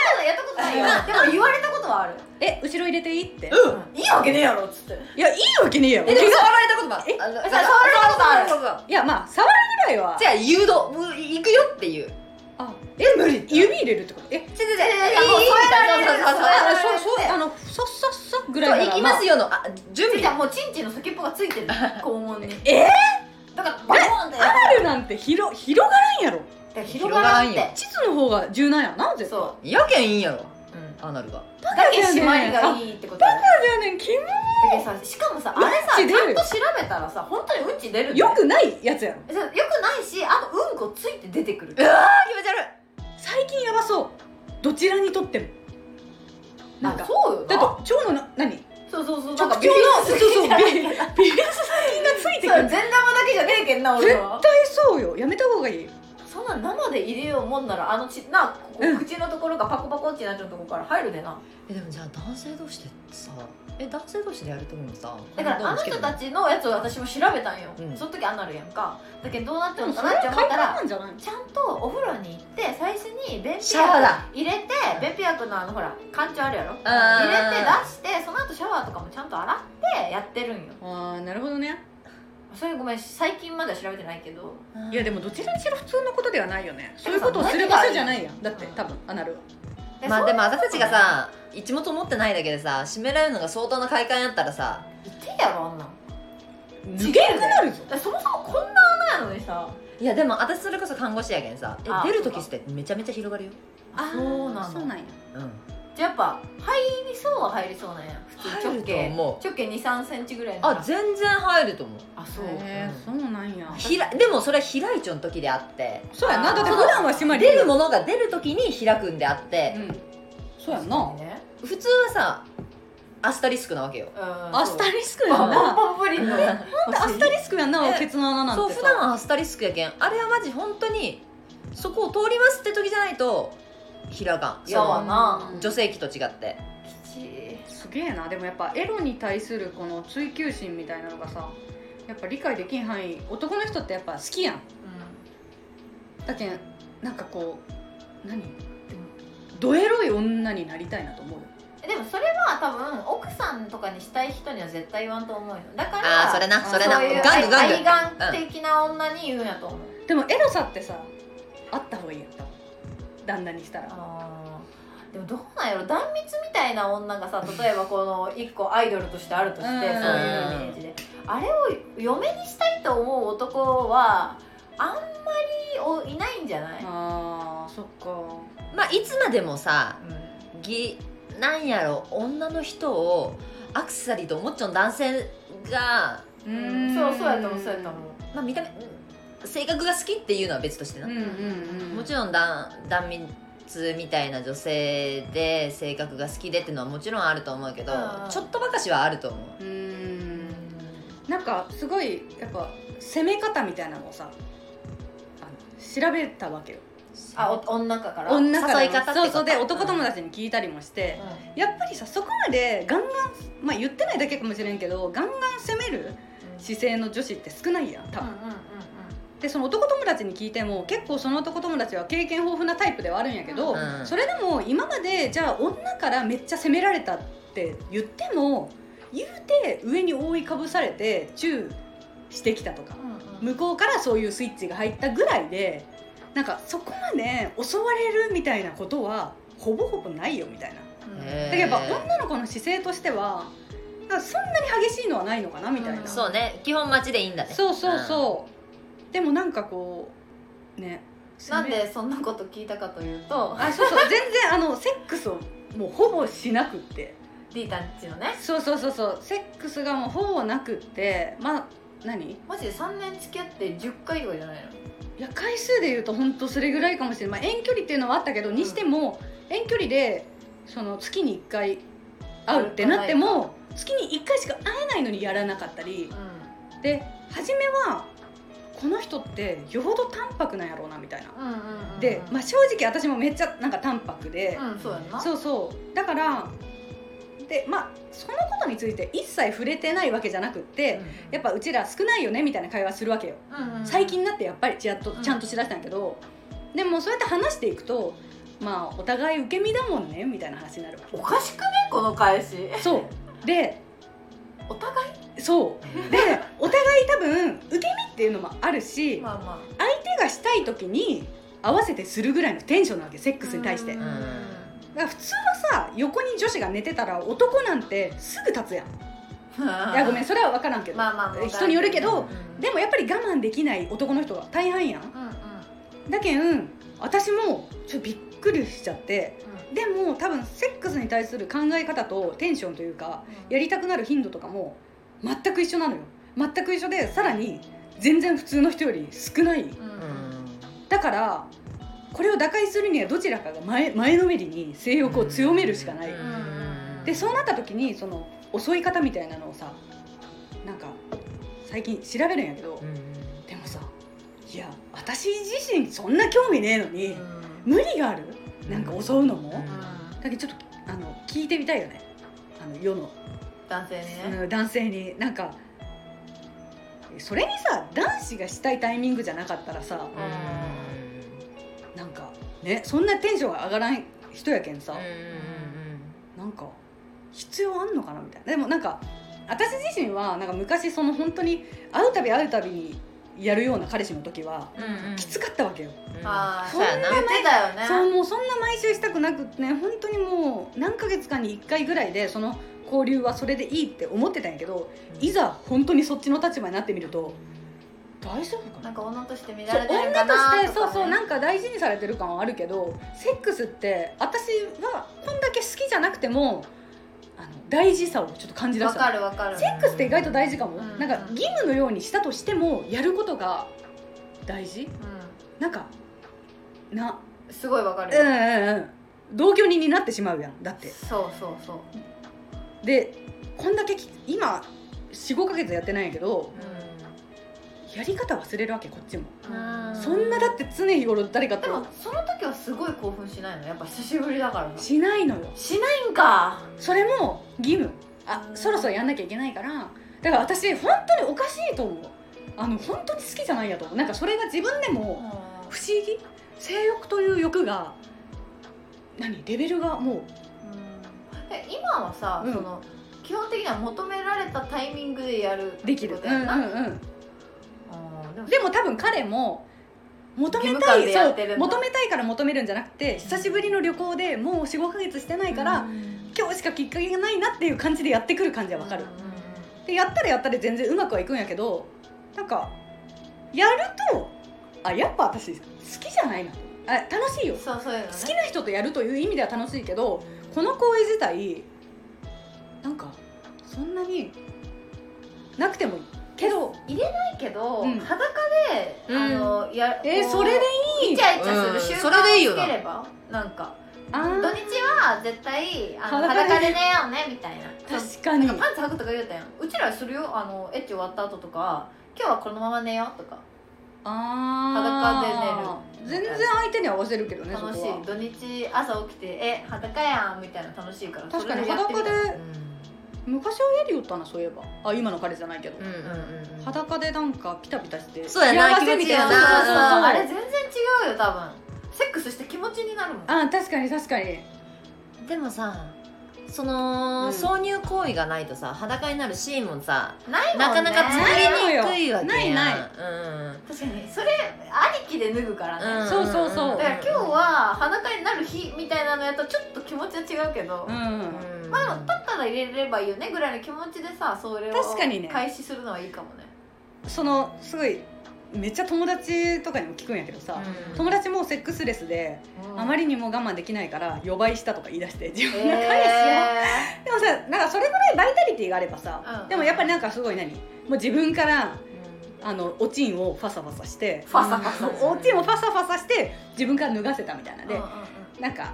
S3: ことやったことないよでも言われたことはある
S1: え後ろ入れていいって
S4: うん
S3: いいわけねえやろっつって
S1: いやいいわけねえやろ
S4: えでも触られたことも
S1: え
S4: ある
S3: え触られたことある
S4: そうそうそう
S1: いやまあ触る以外は
S4: じゃあ誘導もう行くよっていう
S1: あ
S4: え無理
S1: 指入れるってことえ
S4: ちょちょち
S3: い
S4: ょ
S3: いもう添えられる
S4: そうそうそう
S3: 添えられ
S1: あ
S3: る
S1: そうそうあのそっそっそっぐらいなら
S4: 行きますよのあ準
S3: じゃ
S4: 備
S3: あもうチンチンの先っぽがついてる肛門に
S1: えって広広がらんやろ
S3: だから広がらんっ
S4: 広がらん
S3: て
S4: よ
S1: 膣の方が柔軟やな絶対
S3: そ
S4: やけんいいんやろ
S3: う、うん、
S4: アナルが
S3: だけ締まりがいいってことだよね
S1: やねんキモ
S3: だけどさしかもさあれさ
S1: う
S3: ち
S1: ん
S3: ゃ
S1: ち出る
S3: んと調べたらさ本当にうんち出るんだ
S1: よくないやつやろ
S3: そうよくないしあとうんこついて出てくる
S4: うわー気持ち悪い
S1: 最近やばそうどちらにとってもなん
S3: あ
S1: か
S3: そうよ
S1: だ
S3: な
S1: と腸のな何
S3: そうそうそう
S1: 直腸の
S3: ビビ
S1: そうそうビビリス細菌がついてくる
S3: 善玉だけじゃねえけんな俺は
S1: そうよやめた方がいい
S3: そんな生で入れようもんならあのちなここ
S1: うん
S3: 口のところがパコパコってなっちゃうとこから入るでな
S4: えでもじゃあ男性同士でさえ男性同士でやるときもさ
S3: だからあの人たちのやつを私も調べたんよ、
S4: うん
S3: その時あんなるやんかだけどどうなって
S1: で
S3: る
S1: も
S3: の
S1: そ
S3: か
S1: れは
S3: なって思
S1: 快
S3: った
S1: 感
S3: ら
S1: なんじゃない
S3: ちゃんとお風呂に行って最初に便秘
S4: シャワー
S3: 薬
S4: だ
S3: 入れて便秘薬のあのほら環境あるやろ
S4: ん
S3: 入れて出してその後シャワーとかもちゃんと洗ってやってるんよ
S1: ああなるほどね
S3: それごめん最近までは調べてないけど
S1: いやでもどちらにしろ普通のことではないよねそういうことをする場所じゃないやんだって多分アナルは
S3: で
S4: ま
S3: そ
S4: あ
S3: う
S4: でも私たちがさ一物持ってないだけでさ締められるのが相当な快感やったらさ
S3: 言っていいやろあんなん
S1: 抜けなくなるぞ
S3: だからそもそもこんな穴やのにさ
S4: いやでも私それこそ看護師やけんさえ
S3: あ
S4: 出る時ってめちゃめちゃ広がるよ
S3: あそうな
S1: そう
S3: の
S1: なんや
S4: うん
S3: じゃあやっぱ入りそうは入りそうなんや普通直
S4: 入ると
S3: 径
S4: 思
S3: 直径2 3センチぐらいなら
S4: あ全然入ると思う
S3: あそう
S1: へーそうなんや
S4: ひらでもそれは開いちょん時であって
S1: そうやんなだって
S3: あー
S1: 普段は締まり
S4: 出るものが出る時に開くんであって
S1: うんそうやん
S3: 確か
S1: な
S3: にね
S4: 普通はさアスタリスクなわけよ
S3: うん
S1: アスタ
S3: リ
S1: リスクやん
S3: ポンポン
S1: な
S3: ポンプリン
S1: ほ
S3: の
S1: んとアスタリスクやんな
S4: え
S1: ケツの穴なん
S4: そう
S1: て
S4: 普
S1: さ
S4: 段はアスタリスクやけんあれはマジ本当にそこを通りますって時じゃないと開かん
S3: やわな
S1: うん
S4: 女性器と違って
S3: きちい
S1: すげえなでもやっぱエロに対するこの追求心みたいなのがさやっぱ理解できん範囲男の人ってやっぱ好きやん
S3: う
S1: だけんなんかこう何ドエロい女になりたいなと思うよ
S3: んでもそれは多分奥さんとかにしたい人には絶対言わんと思うよだから
S4: ああーそれなそれな
S3: そう
S4: ガ
S3: いう
S4: ングガング
S3: 愛玩的な女に言うんやと思う、
S1: でもエロさってさあった方がいいやん多分旦那にしたら
S3: あーでもどうなんやろ断蜜みたいな女がさ例えばこの一個アイドルとしてあるとして
S1: うん
S3: そういうイメージであれを嫁にしたいと思う男はあんまりおいないんじゃない、
S1: あーそっか
S4: まあいつまでもさ
S3: うん
S4: ぎなんやろ女の人をアクセサリーと思っちゃう男性が、
S1: う
S3: そうそうやと思うそうやと思う
S4: まあ、見た目性格が好きっていうのは別としてな、
S1: うんうんうん
S4: もちろん断断蜜みたいな女性で性格が好きでっていうのはもちろんあると思うけど、
S3: うん
S4: ちょっとばかしはあると思
S1: う
S4: う
S1: ーんなんかすごいやっぱ攻め方みたいなのをさあの調べたわけよ
S3: あお女かから、
S1: 女からの
S4: 誘い方ってこ
S1: そ
S4: と
S1: うそうで男友達に聞いたりもして、
S3: う
S1: やっぱりさそこまでガンガンまあ言ってないだけかもしれんけどガンガン攻める
S3: ん
S1: 姿勢の女子って少ないやん多
S3: うん
S1: 分、
S3: うんうんうん
S1: でその男友達に聞いても結構その男友達は経験豊富なタイプではあるんやけど、
S4: うんうん
S1: それでも今までじゃあ女からめっちゃ責められたって言っても言うて上に覆いかぶされてチューしてきたとか
S3: うんうん
S1: 向こうからそういうスイッチが入ったぐらいでなんかそこまで襲われるみたいなことはほぼほぼないよみたいなだからやっぱ
S4: へー
S1: 女の子の姿勢としてはなんかそんなに激しいのはないのかなみたいな、
S3: うん
S4: そうね基本街でいいんだね
S1: そうそうそう、でもなんかこうね
S3: なんでそんなこと聞いたかというと
S1: あそうそう全然あのセックスをもうほぼしなくって
S3: リータんちのね
S1: そうそうそうそうセックスがもうほぼなくってまあ何
S3: マジで3年付き合って10回以外じゃないの
S1: いや回数で言うと本当それぐらいかもしれない、まあ、遠距離っていうのはあったけど、にしても遠距離でその月に1回会うってなっても月に1回しか会えないのにやらなかったりで初めはこの人ってよほど淡白なんやろうなみたいな。
S3: うんうんうんうん
S1: で、まあ、正直私もめっちゃなんか淡白で、
S3: うんそうやんな
S1: そうそうだからでまあそのことについて一切触れてないわけじゃなくって、やっぱうちら少ないよねみたいな会話するわけよ、
S3: うんうん
S1: 最近になってやっぱりちゃんと
S3: うん
S1: ちゃんとしだしたんやけど、でもそうやって話していくとまあお互い受け身だもんねみたいな話になるわ
S3: おかしくねこの返し
S1: けそうで
S3: お互い
S1: そうでお互い多分受け身っていうのもあるし、
S3: まあま
S1: 相手がしたい時に合わせてするぐらいのテンションなわけセッ
S3: あ
S1: クスに対して、
S3: うん
S1: だ
S3: う
S1: か
S3: んうん
S1: ら普通はさ横に女子が寝てたら男なんてすぐ立つやんいやごめんそれは分からんけど、
S3: まあまあま あ
S1: 人によるけど、
S3: うん
S1: でもやっぱり我慢できない男の人が大半やん
S3: うんうんうん
S1: だけん私もちょっとびっくりしちゃってでも多分セックスに対する考え方とテンションというかやりたくなる頻度とかも全く一緒なのよ全く一緒でさらに全然普通の人より少ない
S3: うんうん
S1: だからこれを打開するにはどちらかが前前のめりに性欲を強めるしかない、
S3: ん
S1: でそうなった時にその襲い方みたいなのをさなんか最近調べるんやけど、でもさいや私自身そんな興味ねえのに、無理があるなんか襲うのも、
S4: うん
S1: だけどちょっとあの聞いてみたいよねあの世の、
S3: 男性ね
S1: うん男性になんかそれにさ男子がしたいタイミングじゃなかったらさなんかねそんなテンションが上がらん人やけんさ、なんか必要あんのかなみたいなでもなんか私自身はなんか昔その本当に会うたび会うたびにやるような彼氏の時はきつかったわけよ、
S3: ああ
S4: そうやな
S3: 言ってたよね
S1: そうもうそんな毎週したくなくってね本当にもう何ヶ月かに1回ぐらいでその交流はそれでいいって思ってたんやけどいざ本当にそっちの立場になってみると大丈夫か
S3: な
S1: なん
S3: か女として見
S1: そう
S3: られてる
S1: 女
S3: か
S1: と
S3: な
S1: して、
S3: とか
S1: そ
S3: ね
S1: うそうなんか大事にされてる感はあるけどセックスって私はこんだけ好きじゃなくてもあの大事さをちょっと感じだ
S3: わ
S1: した
S3: かるわかる
S1: セックスって意外と大事かも、
S3: うん
S1: なんか義務のようにしたとしてもやることが大事
S3: う
S1: なんかなん
S3: すごいわか
S1: うんう
S3: るよ
S1: んうん同居人になってしまうやんだって
S3: そうそうそう
S1: でこんだけき今45ヶ月やってないんやけどやり方忘れるわけこっちも、
S3: うん
S1: そんなだって常日頃誰か
S3: でも
S1: と
S3: その時はすごい興奮しないのやっぱ久しぶりだからなし
S1: しないのよ
S3: ないんか
S1: それも義務あそろそろやんなきゃいけないからだから私本当におかしいと思うあの本当に好きじゃないやと思うなんかそれが自分でも、不思議性欲という欲が何レベルがもう
S3: え今はさ、
S1: うん
S3: その基本的には求められたタイミングでやる
S1: できる、
S3: って
S1: う
S3: こ
S1: んうん
S3: とやな
S1: うん、
S3: あーでも
S1: でも多分彼も求め
S3: 義務
S1: た
S3: 感
S1: い
S3: で
S1: そ
S3: や
S1: う
S3: ってるんだ
S1: 求めたいから求めるんじゃなくて久しぶりの旅行でもう45か月してないから、今日しかきっかけがないなっていう感じでやってくる感じはわかる、
S3: うんうんうん
S1: でやったらやったで全然うまくはいくんやけどなんかやるとあやっぱ私好きじゃないなあ楽しいよ
S3: そうそういうのね
S1: 好きな人とやるという意味では楽しいけどこの行為自体なんかそんなになくてもいいけど
S3: ないけど、
S1: うん
S3: 裸で、あのや
S1: えー
S3: こう
S1: それでいい
S3: イチャイチャする習
S4: うんそれでい
S3: 慣
S4: いよ
S3: をつ
S4: な
S3: ければ、なんか
S1: あ
S3: 土日
S1: ー
S3: は絶対あの
S1: 裸で
S3: 裸で寝ようねみたいな
S1: 確かに
S3: なんかパンツ履くとか言うたやんうちらするよあのエッチ終わった後とか今日はこのまま寝ようとか
S1: あー
S3: 裸で寝る
S1: 全然相手に合わせるけどねそこ
S3: 楽しい
S1: は
S3: 土日朝起きてえ裸やんみたいな楽しいから
S1: 確かに
S3: それやってみ
S1: 裸
S3: た
S1: で
S3: ら
S1: 昔はやるよったなそういえばあ今の彼じゃないけど、裸でなんかピタピタして
S4: そうやな
S1: 幸せみたいな
S4: 気持ちいいよな
S1: そうそうそう
S3: あれ全然違うよ多分セックスして気持ちになるもん
S1: あ確かに確かに
S4: でもさその、
S1: うん
S4: 挿入行為がないとさ裸になるシーンもさ
S3: ないもんね
S4: なかなか作りにくいわけやん
S1: ないない
S4: うん
S3: 確かにそれありきで脱ぐからね、
S4: うん
S1: そうそうそう
S3: だから今日は裸になる日みたいなのやとちょっと気持ちは違うけど、
S1: うん、
S4: うん
S3: まあでもたったら入れればいいよねぐらいの気持ちでさそれを
S1: 確かにね
S3: 開始するのはいいかもね
S1: そのすごいめっちゃ友達とかにも聞くんやけどさ、
S4: うん
S1: 友達もセックスレスであま
S3: り
S1: りにも我慢できないから予売したとか言い出して自
S3: 仲
S1: 分の彼氏を、でもさなんかそれぐらいバイタリティがあればさ、
S3: うん
S1: でもやっぱりなんかすごい何もう自分から
S4: う
S1: あのおちんをファサファサして
S3: ファサファサ
S4: う
S1: お
S4: ん
S1: ちんをファサファサして自分から脱がせたみたいなで、
S3: うんうん
S1: なんか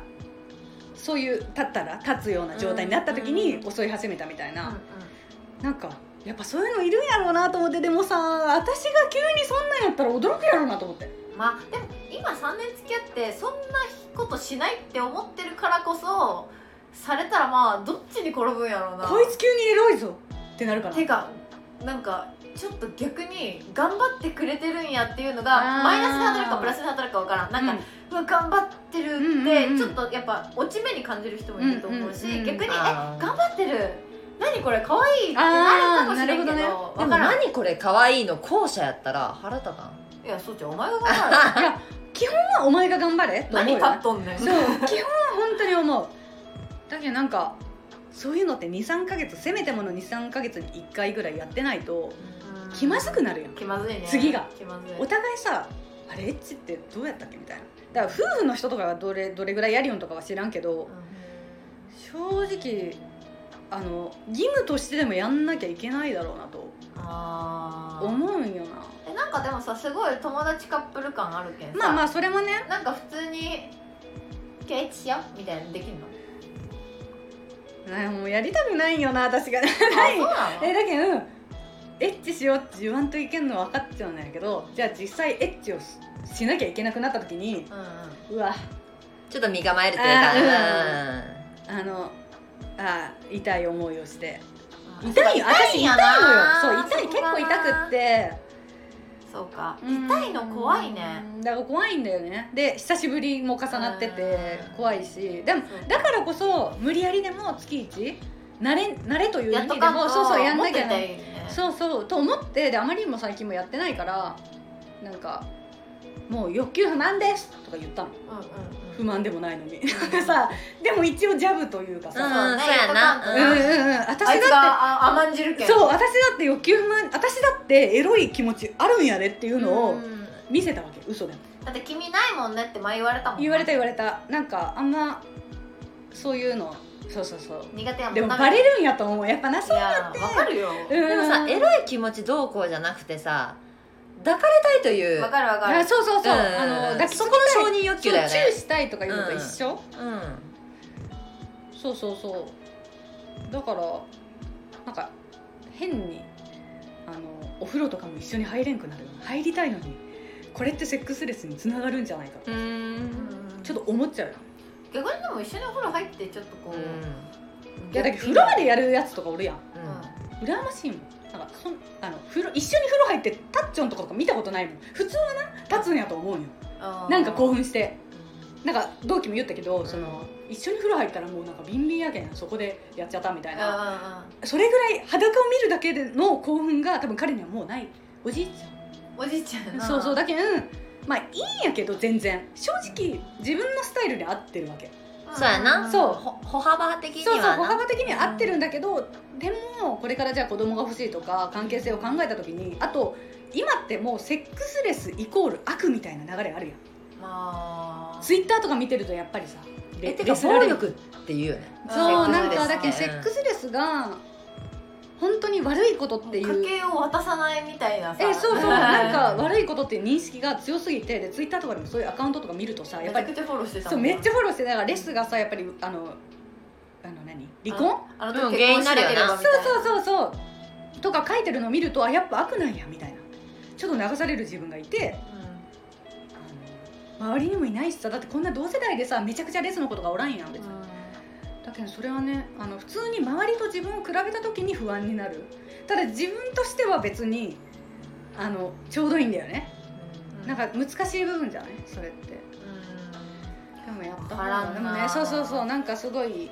S1: そういう立ったら立つような状態になった時に襲い始めたみたいな、
S3: うん
S1: なんかやっぱそういうのいるんやろうなと思ってでもさ私が急にそんなんやったら驚くやろうなと思って
S3: うんまあでも今3年付き合ってそんなことしないって思ってるからこそされたらまあどっちに転ぶんやろうな
S1: こいつ急にエロいぞってなるから
S3: てかなんかちょっと逆に頑張ってくれてるんやっていうの
S1: あー
S3: がマイナスに働くかプラスに働くかわからんなんか、うわ頑張ってる
S1: うん
S3: っ
S1: うん
S3: て、
S1: うん
S3: ちょっとやっぱ落ち目に感じる人もいると思うし、
S1: うんうんうん
S3: 逆に「え
S4: あ
S3: 頑
S4: ー
S3: 張ってる何これ可愛いってなるかもしれんけど
S1: あーなるほ
S3: わ
S4: でも
S3: からん
S4: 何これ可愛いの後者やったら腹立たん
S3: いやそうちゃんお前が頑 張
S1: うんいや基本はお前が頑張れと思
S3: れ
S1: うよ
S3: 何立っとんねん
S1: そう基本は本当に思うだけどなんかそういうのって23ヶ月せめてもの23ヶ月に1回ぐらいやってないと気まずくなるやん
S3: 気まずいね
S1: 次が
S3: 気まずい
S1: お互いさあれエッチってどうやったっけみたいなだから夫婦の人とかがどれどれぐらいやりよんとかは知らんけど正直あの義務としてでもやんなきゃいけないだろうなと
S3: ああ
S1: 思うんよな
S3: えなんかでもさすごい友達カップル感あるけんさ
S1: まあまあそれもね
S3: なんか普通に「ケイチしよう」みたいなのできるの
S1: ねもうやりたくないんよな私が
S3: あそうなの
S1: えだけど、うん、エッチしようって言わんといけんの分かっちゃうんやけどじゃあ実際エッチをししなきゃいけなくなった時に
S3: うんう
S1: う
S3: ん
S1: わ
S4: ちょっと身構えるというか
S1: ああのあー痛い思いをして痛いよ
S3: 痛
S1: 私痛
S3: いん
S1: い
S3: や
S1: のよ
S3: な
S1: そう痛い
S3: そ
S1: 結
S3: こが
S1: 構
S3: な
S1: 痛くって
S3: そうか
S1: うん
S3: 痛いの怖いね
S1: うんだから怖いんだよねで久しぶりも重なってて
S3: うん
S1: 怖いしでもだからこそ無理やりでも月一慣れ慣れという意
S3: やっ
S1: 味
S3: と
S1: で
S3: かん
S1: も
S3: と
S1: そうそうやんなきゃ
S3: 持って
S1: な
S3: たら
S1: い
S3: いいね
S1: そうそうと思ってであまりにも最近もやってないからなんか「もう欲求不満です」とか言ったの
S3: うんうんうん
S1: 不満でもないのに さでも一応ジャブというか
S4: う
S1: さ、
S4: んそうやな
S1: うん、う
S3: う
S1: ん
S3: ん
S1: うん私
S3: あいつ
S1: だっ
S3: があ甘んじる
S1: て
S3: けん
S1: そう私だって欲求不満私だってエロい気持ちあるんやでっていうのを
S4: うん
S1: 見せたわけ嘘でも
S3: だって君ないもんねって前言われたもんな
S1: 言われた言われたなんかあんまそういうのそうそうそう
S3: 苦手やもん
S1: でもバレるんやと思うやっぱなそ
S3: いうやわかるよ
S1: うん
S4: でもさエロい気持ちどうこうじゃなくてさ抱かれたいという
S3: わかるわか
S1: あ
S3: る
S1: そうそうそう、
S4: うん
S1: あの抱き
S4: そ
S1: つき
S4: こ
S1: たい
S4: の承認欲求だ
S1: そう
S4: よ
S1: チュー
S4: ね
S1: したいとかいうのと一緒、
S4: うん
S1: そうそうそうだからなんか変にあのお風呂とかも一緒に入れんくなる入りたいのにこれってセックスレスにつながるんじゃないか、
S4: う
S3: うん
S4: ん
S3: うんうん
S1: ちょっと思っちゃうよ
S3: 逆にでも一緒にお風呂入ってちょっとこう、
S1: いやだけど風呂場でやるやつとかおるやん
S4: うん
S1: 羨ましいもんなんかそんあの風呂一緒に風呂入ってタッチョンとかとか見たことないもん普通はな立つんやと思うんよ
S3: あー
S1: なんか興奮してなんか同期も言ったけどその一緒に風呂入ったらもうなんかビンビンやけんそこでやっちゃったみたいな
S3: あ
S1: それぐらい裸を見るだけでの興奮が多分彼にはもうないおじいち
S3: ーおじいちゃ
S1: ゃ
S3: ん
S1: ん
S3: な
S1: そうそうだけんまあいいんやけど全然正直自分のスタイルに合ってるわけ
S4: そうやな
S1: そう
S4: ほ歩幅的に
S1: そうそう
S4: は
S1: 歩
S4: な
S1: 幅的には合ってるんだけどでもこれからじゃあ子供が欲しいとか関係性を考えた時にあと今ってもうセックスレスイコール悪みたいな流れあるやん
S3: まあ
S1: ツイッターとか見てるとやっぱりさ
S4: えて
S1: レ
S4: か
S1: スられ
S4: 暴
S1: る
S4: 力っていうよね
S1: そう
S3: うん
S1: なんかだけど
S4: セ
S1: セ
S4: ッ
S1: ッ
S4: ク
S1: ク
S4: ス
S1: スレスが本当に悪いことってい
S3: 家
S1: う
S3: 計を渡さないみたいなさ
S1: えそうそうなんか
S3: い
S1: 悪いことっていう認識が強すぎてでツイッターとかでもそういうアカウントとか見るとさやっ
S3: めち
S1: ぱ
S3: ゃ
S1: り
S3: くちゃフォローしてた
S1: そうめっち
S3: ゃ
S1: ゃフォローしてだからレスがさやっぱりあのあの何離婚
S3: あの
S4: でも
S3: 時
S4: 原因
S3: 結婚
S4: に
S3: し
S4: な
S3: なけ
S4: るよ
S3: れ
S4: な
S3: ばみたいな
S1: そうそうそうそうとか書いてるのを見るとあやっぱ悪なんやみたいなちょっと流される自分がいてあの周りにもいないしさだってこんな同世代でさめちゃくちゃレスのことがおらんやん別
S3: う
S1: に
S3: んうん
S1: だけどそれはねあの普通に周りと自分を比べた時に不安になるただ自分としては別にあのちょうどいいんだよね、
S3: うん
S1: なんか難しい部分じゃないそれってでもやった方
S3: わからん
S1: がで
S3: な
S1: もねそうそうそうなんかすごい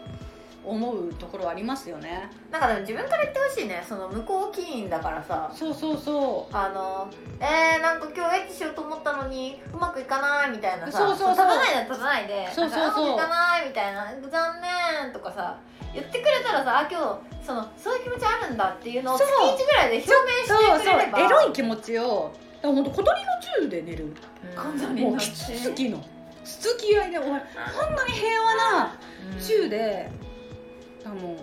S1: 思うところありますよね
S3: なんかでも自分から言ってほしいねその向こう起因だからさ
S1: そうそうそう
S3: あのえー、なんか今日エッチしようと思ったのにうまくいかないみたいなさ
S1: そうそうそう
S3: 立たないで立たないで
S1: そうそうそう
S3: なんかうまくいかないみたいな残念とかさ言ってくれたらさあ今日そのそういう気持ちあるんだっていうのを
S1: そう
S3: 月1ぐらいで表明
S1: そう
S3: して
S1: そう
S3: くれれば
S1: エロい気持ちをだから本当小鳥の宙で寝る
S3: 感情に
S1: もうキツツキのキツツキ合いで俺こんなに平和な宙で、だからもう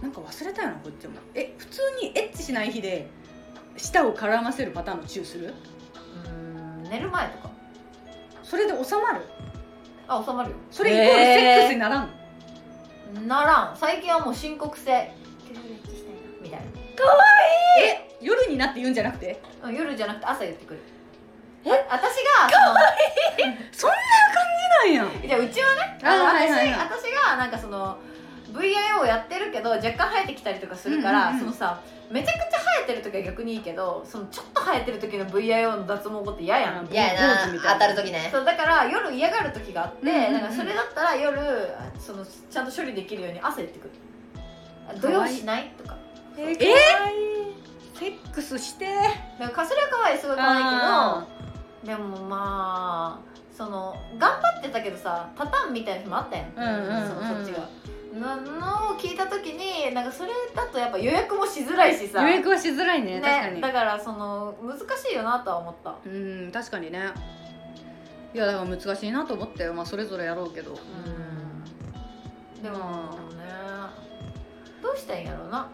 S1: 何なんか忘れたよなこっちもえ普通にエッチしない日で舌を絡ませるパターンのチューする
S3: うん寝る前とか
S1: それで収まる
S3: あ収まるよ
S1: それイコール
S4: へー
S1: セックスにならん、
S3: ならん最近はもう申告制みたい
S1: え夜になって言うんじゃなくて
S3: なうん夜じゃなくて朝言ってくる
S1: え
S3: あ私がその
S1: なんやん
S3: じゃあうちはね
S1: あーはいはい
S3: 私
S1: はい
S3: 私がなんかその VIO やってるけど若干生えてきたりとかするから、
S1: うんうんうん
S3: そのさめちゃくちゃ生えてる時は逆にいいけどそのちょっと生えてる時の VIO の脱毛後って嫌やん、
S1: うん
S4: いや
S1: 坊主みた
S4: や
S1: いな
S4: な当たる時ね
S3: そうだから夜嫌がる時があって、
S1: うんうんうん
S3: なんかそれだったら夜そのちゃんと処理できるように朝行ってくるあ土曜しないとか
S1: えーセックスして
S3: だからそれは可愛いすごい可愛いけどでもまあその頑張ってたけどさパターンみたいな日もあったやん、
S1: うんうんうん
S3: そのそっちがなのを聞いた時になんかそれだとやっぱ予約もしづらいしさ
S1: 予約はしづらいね
S3: ね
S1: 確か
S3: だ
S1: に
S3: からその難しいよなとは思った
S1: うん確かにねいやだから難しいなと思って、まあ、それぞれやろうけど
S3: でもねどうしたんやろうな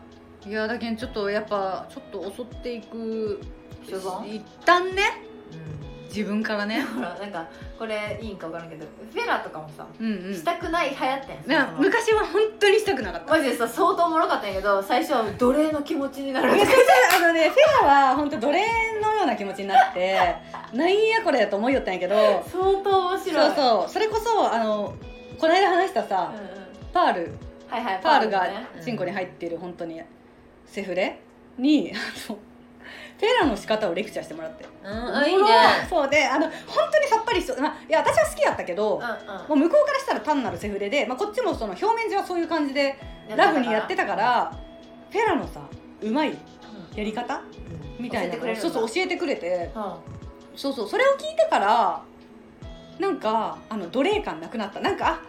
S3: い
S1: やだけんちょっとやっぱちょっと襲っていく
S3: 所存
S1: 一旦ね自分から ね
S3: ほらなんかこれいいんか分からんけどフェラとかもさ
S1: うんうん
S3: したくない流行ったやん
S1: いや
S3: さその
S1: 昔は本当にしたくなかった
S3: マジでさ相当おもろかったんやけど最初は奴隷の気持ち になる
S1: めちゃくちゃあのねフェアは本当奴隷のような気持ちになって なんやこれと思いよったんやけど
S3: 相当面白い
S1: そうそうそれこそあのこの間話したさ、
S3: うんうん
S1: パール
S3: はいはい
S1: パール
S3: も
S1: が
S3: ね
S1: チンコに入っている本当にセフレにあのフェラの仕方をレクチャーしてもらって
S4: うんあいいね
S1: そうであの本当にさっぱりしと、まあ、いや私は好きやったけど、もう向こうからしたら単なるセフレで、まあ、こっちもその表面上はそういう感じで
S3: うんうん
S1: ラフにやってたからフェラのさうまいやり方みたいな
S3: 教えてくれるん
S1: そ
S3: だ
S1: うそう教えてくれて
S3: うん
S1: そうそうそれを聞いてからなんかあの奴隷感なくなったなんかあ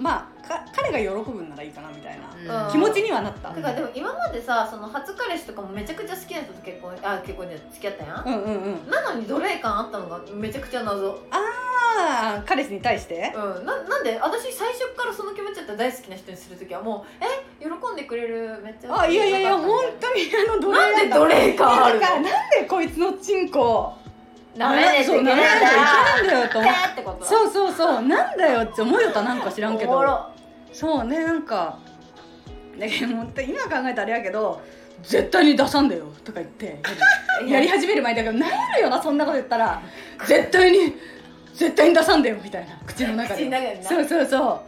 S1: まあか彼が喜ぶんならいいかなみたいな、
S4: うん
S1: 気持ちにはなった、
S3: てかでも今までさその初彼氏とかもめちゃくちゃ好きな人と結婚あ結婚で付き合ったやん、
S1: うんうんうん
S3: なのに奴隷感あったのがめちゃくちゃ謎
S1: ああ彼氏に対して
S3: うん、ななんで私最初からその気持ちだったら大好きな人にする時はもうえ喜んでくれるめっちゃ
S1: あいやいやいや
S3: 嬉し
S1: 本
S3: かったみた
S1: 当にあの奴
S3: な
S1: 隷
S3: んで奴隷感ある
S1: なんか
S3: の
S1: なんでこいつのチンコ
S3: ダメです
S1: そう
S3: いけ
S1: 舐め
S3: ない
S1: ら
S3: ん
S1: れちゃいけないんだよと思っ
S3: だ
S1: て
S3: ってことう
S1: そうそうそうなんだよって思うよったなんか知らんけ
S3: おも
S1: ど
S3: ろ
S1: そうねなんかだけどもう今考えたらあれやけど絶対に出さんだよとか言ってやり始める前だけどなるよなそんなこと言ったら絶対に絶対に出さんだよみたいな口の中
S3: 口の
S1: で
S3: 中にな
S1: そうそうそ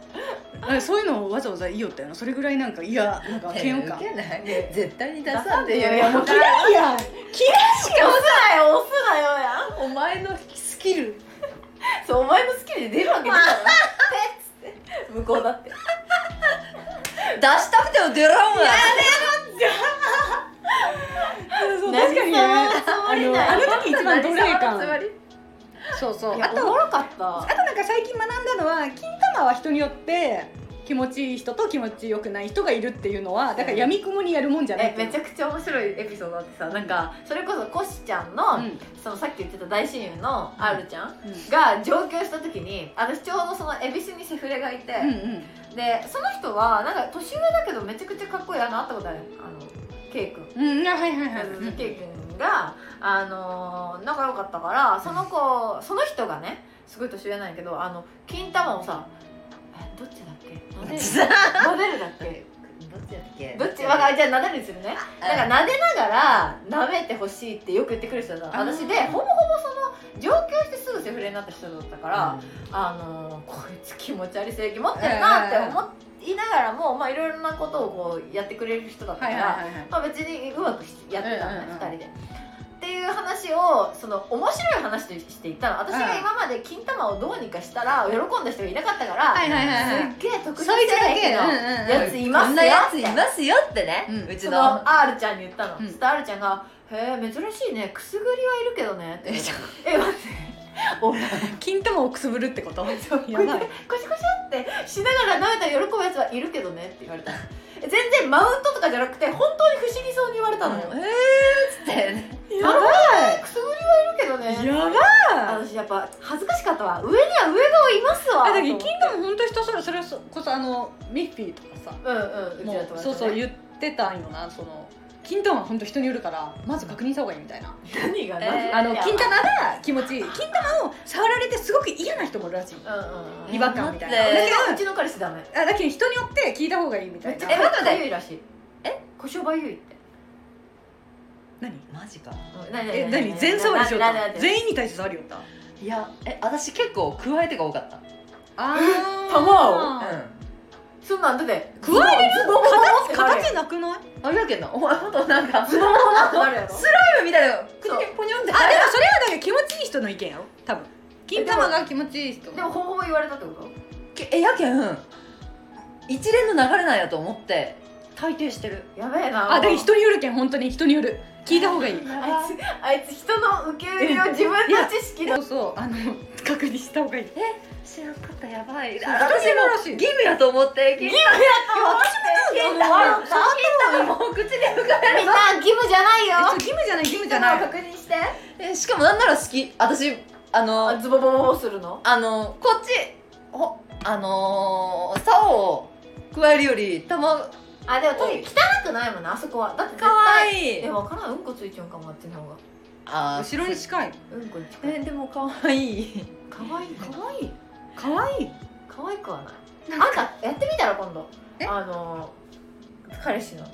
S1: うなんかそういうのをわざわざ言いよったよなそれぐらいなんかいやなんか嫌悪感
S4: ウケない絶対に出さ
S3: さ
S4: ん
S3: ん
S4: で
S3: で
S4: よ
S3: よ
S4: や
S3: や
S4: も
S3: も
S4: う
S3: う
S1: 嫌いや
S3: しか押すなよ押すなよや
S4: お前のスキル
S3: んそうお前の好きで出るわけな いからなペッつって向こうだって
S4: 出したくても出らんわ
S1: そうそう
S3: 何
S1: 確かにね
S3: 様のつも
S1: あ
S3: り
S1: の
S3: だよ
S1: あの時一番奴隷感
S4: つまり
S1: そうそう
S3: い
S1: あ
S3: や
S1: と
S3: おもろかっ
S1: あ
S3: た
S1: となんか最近学んだのは金玉は人によって気持ちいい人と気持ちよくない人がいるっていうのはだからやみくもにやるもんじゃない
S3: え
S1: っていう
S3: めちゃくちゃ面白いエピソードあってさなんかそれこそコシちゃんの、
S1: うん
S3: そのさっき言ってた大親友の R ちゃん
S1: う
S3: が上京した時に私ちょうどその恵比寿にセフレがいて、
S1: んうん
S3: でその人はなんか年上だけどめちゃくちゃかっこいいあの会ったことあるあの K 君
S1: うんうんあはいはいはいうん
S3: K 君が、あのー仲良かったからその子その人がねすごい年上なんやけどあの金玉をさえどっちだっけなでるなでるだっけ
S4: どっちだっけ
S3: どっちわかじゃあなでるにするねだから撫でながら舐めてほしいってよく言ってくる人だった
S1: あー
S3: 私でほぼほぼその上京してすぐセフレになった人だったから、あのーこいつ気持ち悪い性気持ってるなって思いながらも、まあ、いろいろなことをこうやってくれる人だったか
S1: はい
S3: ら、
S1: はいはいはい
S3: まあ、別にうまくしやってたのね、
S1: うんうんうん
S3: 2人で。っていう話をその面白い話としていたの私が今まで金玉をどうにかしたら喜んだ人がいなかったから、
S1: はいはいはいはい
S3: すっげえ得意
S1: そいつ
S3: じゃな
S1: だ
S3: い
S1: け
S3: けど。
S1: うんうん
S3: やついますよ
S4: こんなやついますよってね、
S1: う
S4: うんち
S3: そ
S4: の
S3: の R ちゃんに言ったの、
S1: うん
S3: そしたら R ちゃんが「へえ珍しいねくすぐりはいるけどね」って
S4: えちょ
S3: 「え待って俺
S1: うん金玉をくすぶるってことや
S3: こうや
S1: ば
S3: っ
S1: い
S3: てコシコシってしながら舐めたら喜ぶやつはいるけどね」って言われた全然マウントとかじゃなくて本当に不思議そうに言われたのよ、
S4: うんえーっつってね
S1: や
S3: くすぐりはいるけどね
S1: ばいやばい
S3: あ私やっぱ恥ずかしかったわ上には上がいますわ
S1: あだけ
S3: と思
S1: ど
S3: って
S1: 金玉本当人それそれこそあのミッフィーとかさ
S3: うんうんうち
S1: も
S3: だと
S1: うそうそう言ってたんよなその金玉は本当人によるからまず確認した方がいいみたいな
S3: 何が
S4: えー
S1: あの金玉が気持ちいい金玉を触られてすごく嫌な人もいるらしい
S3: うんうんうん
S1: 違和感みたいな
S4: え
S3: 私
S4: 待
S3: がう
S1: だけ
S3: ちの彼氏ダメ
S1: どあだけど人によって聞いた方がいいみた
S3: め
S1: い
S3: っち
S1: な
S3: ゃ
S4: え
S3: え
S4: 待って
S3: ばゆいらしい
S4: え
S3: 胡椒ばゆいって
S1: 何
S4: マジか
S3: うん何
S1: え何全触りしよう
S3: 何何
S1: と
S3: 何
S1: 全員に対して触るよった
S4: いやえ私結構加えてが多かった
S1: あ
S3: ー
S1: を
S3: 玉
S4: う
S3: そんなんだって
S1: 加えれる
S3: ズボンズボンってなるや
S1: 形なくない
S4: んあやけんなお前ほんとなんか
S3: んズボンズボンってなるやろ
S4: ライブみたいなくに
S3: そう
S4: ポニョンって
S1: あでもそれはだけど気持ちいい人の意見よ多分金玉が気持ちいい人
S3: でもほぼほぼ言われたってこと
S4: けえやけん一連の流れなんやと思って大抵してる
S3: やべえな
S1: あだけど人によるけん本当に人による聞いた方がいい
S3: あいつあいつ人の受け入れを自分の知識の
S1: そうそうあの確認した方がいい
S4: え知らんかったやばい私
S1: そう人見
S4: も
S1: 知らしい
S4: 義務やと思って義務や
S1: みんな
S4: もう口で浮か
S3: みんな義務じゃないよ
S1: 義務じゃない義務じゃ
S2: 今
S1: ない
S2: 確認して
S4: べるしかもなんなら好き私あ
S3: あ
S4: の
S3: ズボボボボするの
S4: あのこっちほあのー竿を加えるより玉
S3: あでも確かに汚くないもんなあそこはだって
S4: かわ
S3: い
S4: いい
S3: え分からんうんこついちゃうんかもあっちの方が
S4: あー
S1: 後ろに近い
S3: うんこに近い
S4: えでもかわいい
S3: かわいいかわいい
S1: 可愛い
S3: かわいくはない
S1: な
S3: あ
S1: ん
S3: ん
S1: か
S3: たやってみたら今度
S1: え
S3: あの彼氏の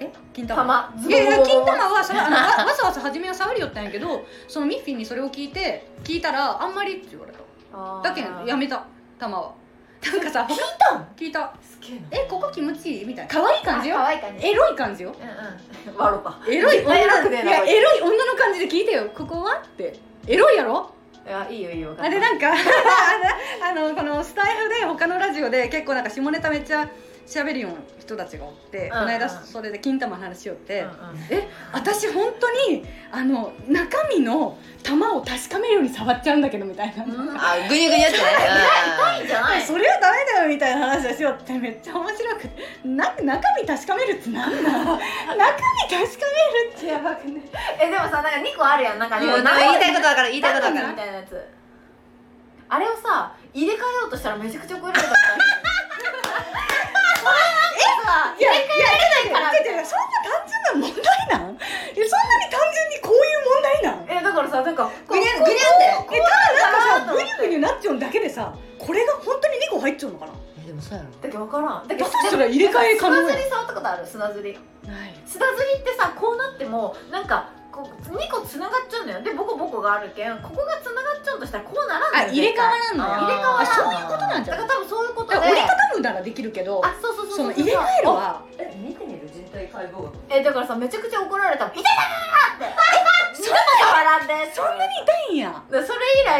S1: え金玉
S3: 玉ズ
S1: い
S3: ボ
S1: やいや
S3: ボボ
S1: 金
S3: ボ
S1: 玉はそれあのわわざわざ初めは触りよったんやけどそのミッフィーにそれを聞いて聞いたらあんまりって言われた
S3: あー
S1: だけどやめた玉はなんかさ聞い
S3: たん
S1: 聞いた
S3: すげえな
S1: えここ気持ちいいみたいな可愛い感じよ
S3: かわいい感じ
S1: エロい感じよ
S3: うんうんワロパ
S1: エロい
S3: 絶対エロくねえ
S1: い
S3: な
S1: や
S3: おい
S1: エロい女の感じで聞いてよここはってエロいやろ
S3: いやいいよいいよ
S1: あれ なんかあのこのスタイフで他のラジオで結構なんか下ネタめっちゃ喋るような人たちがおって、
S3: ん
S1: この間
S3: うん
S1: それで金玉の話しよって、
S3: うんうん
S1: え私本当にあの中身の玉を確かめるように触っちゃうんだけどみたいな、
S3: うん
S4: あぐにゅぐにゅってね
S3: いい んじゃない
S1: それはダメだよみたいな話をしよってめっちゃ面白くてな中身確かめるって なんだ中身確かめるってやばくね
S3: えでもさなんか2個あるやんなんか
S4: うん
S3: ね
S4: うん
S3: なんか
S4: 言いたいことだから言いたいことだか
S3: み
S4: ら
S3: たいなやつあれをさ入れ替えようとしたらめちゃくちゃ怒られたから
S1: いやいやいやいやいやそんな単純な問題なんいやそんなに単純にこういう問題なん
S3: えだからさなんか
S4: ぐにゅぐにゅって
S1: えただなんかさ
S3: こう
S1: グニュグニュなっちゃうんだけでさこれが本当に2個入っちゃうのかな
S4: えでもそうやろ
S3: だけど分からんだけ
S1: ど
S3: ど
S1: うしたら入れ替え可能
S3: 砂ずり触ったことある砂ずり
S1: ない
S3: 砂ずりってさこうなってもなんかこう2個つながっちゃうのよでボコボコがあるけんここがつながっちゃうとしたらこうならんのよ
S1: あ入れ替わらんの
S3: あ
S1: よ
S3: 入れ替わらん
S1: あそういうことなんじ
S3: だ
S1: ゃ
S3: か
S1: ない
S3: ら多分そういうことで
S1: だから折りたたむならできるけど
S3: あそうそうそう
S1: その
S3: そう
S1: 入れ替えるは
S4: え見てみる人体解剖学
S3: えだからさめちゃくちゃ怒られたもん「痛いたたた!」って「そんな触らんで」
S1: そんなに痛いんや
S3: でそれ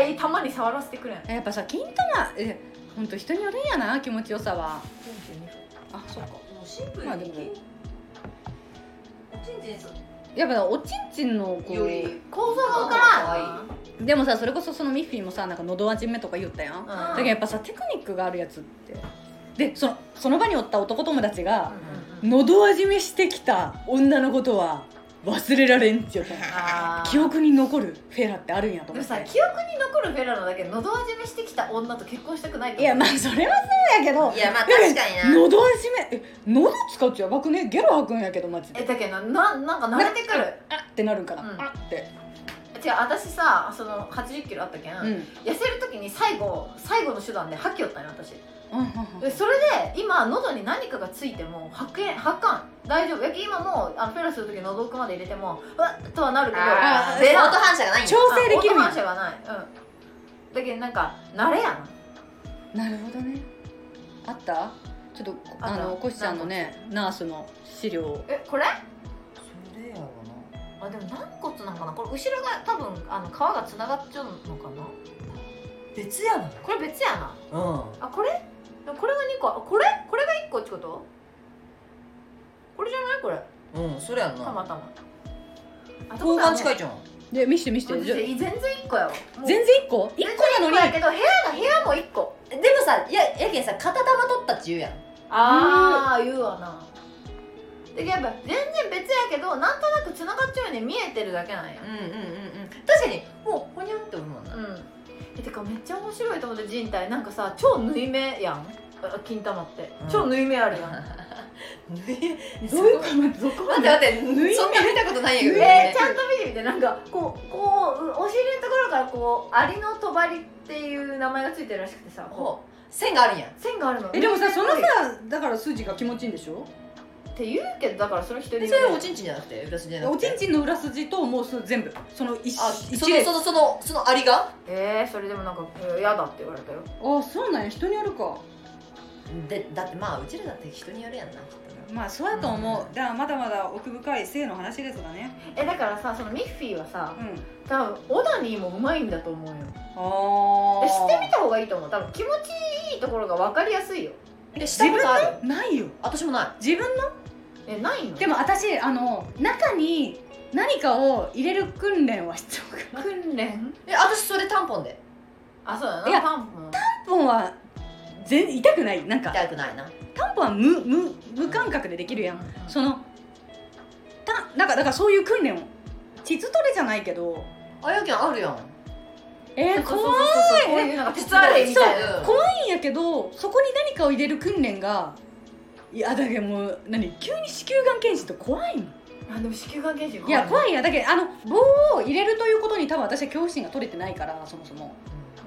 S3: 以来たまに触らせてくれん
S1: やっぱさ金玉え本当人によるんやな気持ちよさはあそっか
S4: もうシンプ
S1: まあ
S4: ル
S1: でも
S4: におちんちんさ
S1: やっぱおちんちんのこ
S4: より
S1: う
S3: 構造が分からん
S4: かわい
S1: でもさそれこそそのミッフィーもさなんか喉あじめとか言ったやんだ
S3: うん
S1: けどやっぱさテクニックがあるやつってでそのその場におった男友達が
S3: うんうん
S1: 喉味見してきた女のことは忘れられんっちゅうた
S3: あー
S1: 記憶に残るフェラってあるんやと
S3: で
S1: 思
S3: も
S1: って
S3: さ記憶に残るフェラのだけど喉味めしてきた女と結婚したくないと思う
S1: いやまあそれはそうやけど
S4: いやまあ確かにな
S1: 喉味めえ喉使うっちゃやばくねゲロ吐くんやけどマジ
S3: え
S1: で
S3: だけどななんか慣れてくる
S1: あってなるんから、
S3: うん
S1: あって
S3: 違う私さその8 0キロあったけん、
S1: うん、うん
S3: 痩せる時に最後最後の手段で吐きよったんよ私
S1: うんうん
S3: でそれで今喉に何かがついても吐け吐かん大丈夫やけん今もあのフェラする時喉奥まで入れてもうわっとはなるけど
S1: あー
S4: で
S3: 出
S4: オー
S3: らん
S4: ト反射がないんだ
S1: 調整できるん
S3: あ音反
S1: や
S3: 射がないうんだけどなんか慣れやな
S1: なるほどねあったちょっとこ
S3: あ
S1: あ
S3: った
S1: のコシちゃんのねナースの資料を
S3: えこれ
S4: それやろな
S3: あでも軟骨なんかなこれ後ろが多分あの皮がつながっちゃうのかな
S4: 別やな
S3: これ別やな
S4: うん
S3: あこれでもこれが2個あこれこれが1個ってことこれじゃないこれ
S4: うん、それやん
S3: たま
S4: な。
S3: たまあ
S4: 交換近い
S3: って
S4: じゃん。
S1: で見して見し
S3: こと
S1: て
S3: は
S1: じゃ
S3: ね私全然1個やわ
S1: 全然1個 ?1 個なのに
S3: だけど部屋が部屋も1個
S4: でもさ、や、やけんさ、片玉取ったっち言うやん。
S3: ああ言うわなでやっぱ全然別やけどなんとなくつながっちゃうように見えてるだけなんや
S4: うんうんうんうん。確かに、もう、ほにゃんって思う もんな。
S3: うんえてかめっちゃ面白いと思って人体なんかさ超縫い目やんあ金玉って、
S4: うん
S3: 超縫い目あるやん
S4: 縫い
S1: どういうこと待ってどこま
S4: 待
S1: で
S4: って待って、
S1: 縫い
S4: そんな見たことないんやけど
S3: え
S4: ね
S3: ー、ち。ゃんと見てみてなんかこうこううお尻のところからこうアリのとばりっていう名前がついてるらしくてさこ
S4: ほう線があるんやん。
S3: う線があるの
S1: えでもさそのさ
S3: っ
S1: だから筋が気持ちいいんでしょ
S3: て言うけどだからそれ一人
S4: え
S3: 目
S4: それはおちんちんじゃなくて、裏筋じゃな
S1: お
S4: くて。
S1: ちんちんの裏筋ともうその全部その一
S4: あ、
S1: 一
S4: その、
S1: 列
S4: その、その、そのありが。
S3: えー、それでもなんか嫌だって言われたよ
S1: あそうなんや人によるか
S4: で、だって、まあ、うちらだって、人によるやんな。きっとな
S1: まあそうやと思う、だからまだまだ奥深い性の話ですがね
S3: えだからさそのミッフィーはさ
S1: うん
S3: 多分オナニーもうまいんだと思うよ
S1: あ
S3: でしてみ
S1: た
S3: た方がいいと思う多分気持ちいいところが分かりやすいよ
S4: え、したことある。
S1: ないよ
S4: 私もない。
S1: 自分の
S3: えないの
S1: でも私あの中に何かを入れる訓練は必要かな
S3: 訓練
S4: え、私、それタンポンで。
S3: あそうだよ
S1: いや
S3: なパンポ
S1: ポン
S3: ン
S1: は全痛くないなんか
S4: 痛くないな
S1: タンポンは無無無感覚でできるやんそのたなんかだからそういう訓練を膣トレじゃないけど
S4: あやきゃんあるやん
S1: えー、
S3: そうそう
S1: 怖
S3: そうそうこういうなんか実あれみたいな
S4: そう
S1: いんやけどそこに何かを入れる訓練がいやだけどもう何急に子宮がん検診って怖いの
S3: あでも子宮がん検診
S1: いや怖いやだけどあの棒を入れるということに多分私は恐怖心が取れてないからそもそも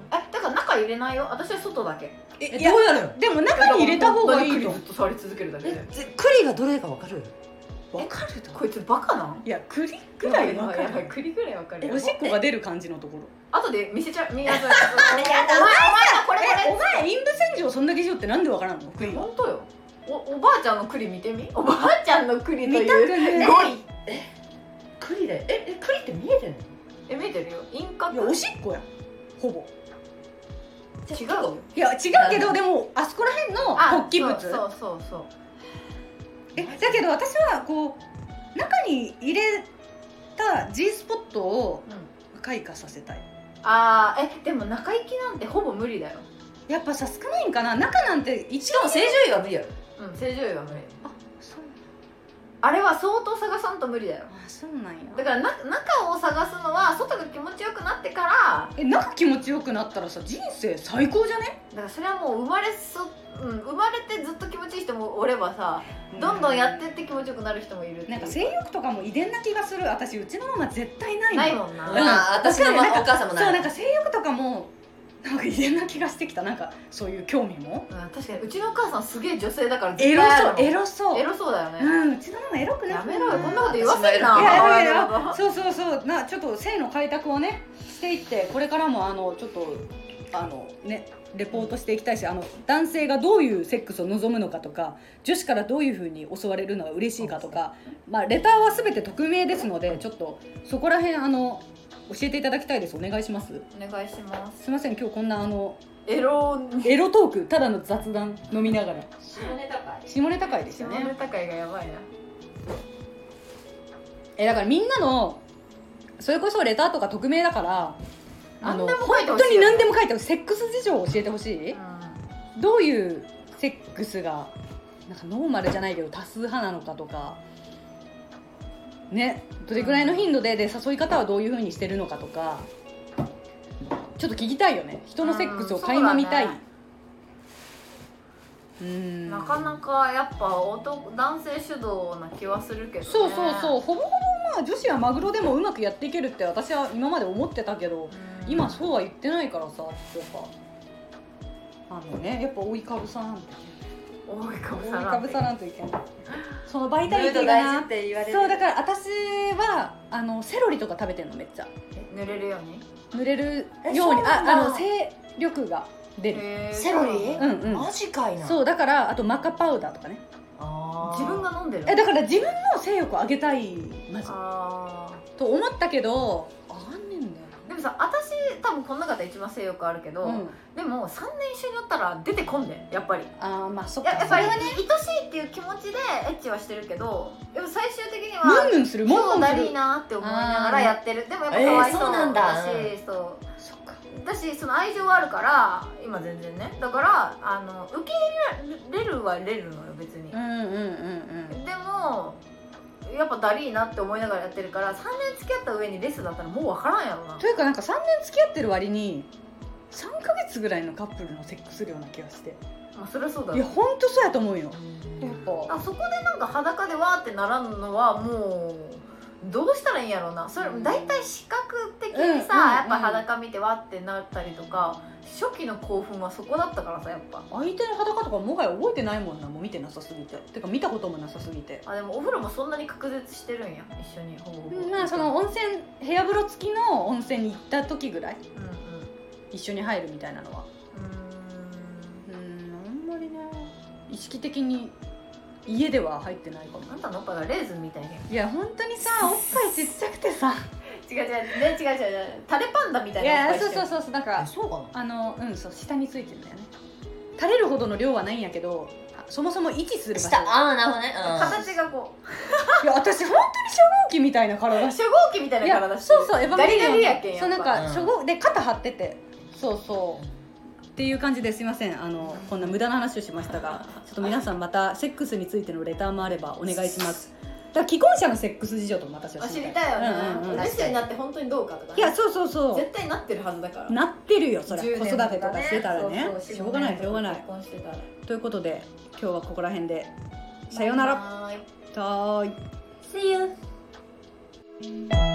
S3: えだから中入れないよ私は外だけ
S1: え
S4: え
S1: いや
S4: どうやるん
S1: でも中に入れた方がいい
S3: ず
S1: と
S3: っと触り続けるだけで
S4: えぜ栗がどれかわかる
S1: わかると
S3: こいつバカなん
S1: いや栗ぐらいわか
S3: やばい
S1: る
S3: 栗ぐらいわかる
S1: えおしっこが出る感じのところ
S3: 後で見せちゃ うみんなそう
S4: あれやだ
S3: お前お前これ
S1: えお
S3: こ
S1: 前陰部洗浄そんだけしようってなんでわからんの
S3: れ
S1: 栗は
S3: 本当よおおばあちゃんの栗見てみおばあちゃんの栗と
S1: 見たく
S3: いう
S1: ね
S3: 語彙
S4: 栗でええ栗って見えてんの
S3: え見えてるよ輪郭
S1: いやおしっこやほぼ
S3: 違う
S4: 結構
S3: よ
S1: いや違うけどでもあそこら辺の突起
S3: そう
S1: 物
S3: そうそう
S1: えだけど私はこう中に入れた G スポットを
S3: そう、うん、
S1: 開花させたい
S3: あーえでも中行きなんてほぼ無理だよ
S1: やっぱさ少ないんかな中なんて一
S4: しかも正常位は無理やろ
S3: うん正常位は無理
S1: そう
S3: あれは相当探さんと無理だよ
S1: あそうなんや
S3: だからな中を探すのは外が気持ちよくなってから
S1: え中気持ちよくなったらさ人生最高じゃね
S3: だからそれはもう生まれそ、うん、生まれてずっと気持ちいい人もおればさどんどんやってって気持ちよくなる人もいるってい
S1: なんか
S3: う
S1: 性欲とかも遺伝な気がする私うちのママ絶対ないの
S3: ないもんな、
S1: ん
S3: あ
S4: まあ私のま
S1: わかる
S4: お母さん
S1: そ
S4: も
S1: う
S4: ない
S1: なんか性欲とかもなんか遺伝な気がしてきたなんかそういう興味も
S3: 確かにうちのお母さんすげえ女性だから
S1: エロそうエ
S3: ロ
S1: ロそう
S3: エロそうだよね、
S1: うんうちのママエロくな
S3: や
S1: く
S3: めろよこんなこと言わせん
S4: 私も
S3: な
S4: エロい
S1: いやいやい
S3: 母親の
S1: や
S3: こ
S1: そうそうそうなちょっと性の開拓をねしていってこれからもあのちょっとあのねレポートしていきたいしあの男性がどういうセックスを望むのかとか女子からどういうふうに襲われるのが嬉しいかとか、まあ、レターは全て匿名ですのでちょっとそこら辺あの教えていただきたいですお願いします
S3: とお願いします
S1: すいません今日こんなあの
S3: エロ
S1: エロトークただの雑談飲みながら
S4: 下ネタか
S1: 下ネタ会です
S3: 下
S1: よ
S3: ネ
S1: ね
S3: タ界がやばい な
S1: えだからみんなのそれこそレターとか匿名だからあの
S3: 何でも書いてほ
S1: 本
S3: しい
S1: 当に何でも書いてほしいセックス事情を教えてほしい、
S3: う
S1: どういうセックスがなんかノーマルじゃないけど多数派なのかとかねどれぐらいの頻度でで誘い方はどういうふうにしてるのかとかちょっと聞きたいよね人のセックスを垣間見たい
S3: うんそう
S1: うん
S3: ん、なかなかやっぱ男男性主導な気はするけど、ね、
S1: そうそうそうほぼほぼまあ女子はマグロでもうまくやっていけるって私は今まで思ってたけど
S3: うん
S1: 今そうは言ってないからさやっぱあのねやっぱ追いかぶさなんて
S3: 多いかも
S1: 追
S3: し
S1: い
S3: れな
S1: かぶさ
S3: い
S1: なんといけないそのバイタ
S4: ヌ
S1: リ
S4: ー
S1: ティ
S4: ド
S1: が
S4: 大事
S1: な
S4: って言われる
S1: そうだから私はあのセロリとか食べてんのめっちゃ
S3: 濡れるように
S1: 濡れる
S4: え
S1: ように
S4: そうなんだ
S1: ああの精力が出る
S3: へー
S4: セロリ
S1: うんうん
S4: マジかいな
S1: そうだからあとマカパウダーとかね
S4: あー
S3: 自分が飲んでる
S1: えだから自分の性欲を上げたいマジ
S3: あ
S1: と思ったけど上がんねえんだよ
S3: ーでもさ私多分この中で一番性欲あるけど、
S1: うん、
S3: でも3年一緒におったら出てこんでやっぱり
S1: あーまあそっ
S3: いや
S1: か
S3: やっぱりね愛しいっていう気持ちでエッチはしてるけどやっぱ最終的には
S1: ムンムンするム
S3: 今
S1: ン
S3: 日
S1: ムン
S3: だ
S1: す
S3: りー
S1: る
S3: なーって思いながらやってるでもやっぱかわい
S4: えーそうな
S3: そ
S4: ん
S3: う
S4: だ
S3: だし、そう
S1: そっか
S3: だしその愛情はあるから今全然ねだからあの受け入れられるはれるのよ別に、
S1: うんうんうんうん
S3: でもやっぱだりーなって思いながらやってるから3年付き合った上にレスだったらもう分からんやろな
S1: というかなんか3年付き合ってる割に3ヶ月ぐらいのカップルのセックス量な気がして
S3: まあそりゃそうだ
S1: いや
S3: ろ
S1: ほんとそうやと思うよやっ
S3: あ
S1: ぱ
S3: そこでなんか裸でわーってならんのはもうどうしたらいいんやろうなそれ
S1: うん
S3: 大体視覚的にさ、
S1: うんうんうん
S3: やっぱ裸見てわーってなったりとか初期の興奮はそこだったからさやっぱ
S1: 相手の裸とかもはや覚えてないもんなもう見てなさすぎててか見たこともなさすぎて
S3: あでもお風呂もそんなに隔絶してるんや一緒にほぼほぼ、
S1: まあその温泉部屋風呂付きの温泉に行った時ぐらい
S3: うんうん
S1: 一緒に入るみたいなのはう
S3: う
S1: んあんまりね意識的に家では入ってないかも
S3: ーんあんたのおっぱいがレーズンみたいに
S1: いや本当に さおっぱいちっちゃくてさ
S3: 違う違う、ね、違う違う違うタレパンダみたい
S1: い
S3: な
S1: や
S3: おっぱいし
S1: そう
S3: て
S1: そう
S3: る
S1: そうそうだか
S4: あ
S1: ら
S4: そうか
S1: あのうんそう下についてんだよね垂れるほどの量はないんやけどあそもそも位置す
S4: な
S1: る場
S4: 下
S1: 所
S4: ああなるほどね
S3: 形がこう
S1: いや私本当に初号機みたいな体し
S3: 初号機みた
S1: てる
S3: い
S1: い
S3: な体
S1: や
S3: してる
S1: そうそうエヴァ
S3: ガ
S1: ンゲ
S3: リ
S1: リオン
S3: ガリやけんやっぱ
S1: そうなんか
S4: うん
S1: 初号で肩張っててそうそうっていう感じですいませんあのこんな無駄な話をしましたがちょっと皆さんま たセックスについてのレターもあればお願いしますだから既婚者のセックス事情とも私は
S3: あ知りたいよ
S1: うんうん
S3: ね
S1: うん
S3: レスになって本当にどうかとかね
S1: いやそうそうそう
S3: 絶対なってるはずだから
S1: なってるよそれ
S3: 10
S1: 子
S3: 年
S1: 育てとかしてたらね
S3: そうそう
S1: しょうがないしょうがない
S3: 結婚してたら
S1: ということで今日はここら辺でさようなら
S3: バイバイ
S1: はーい
S4: See you!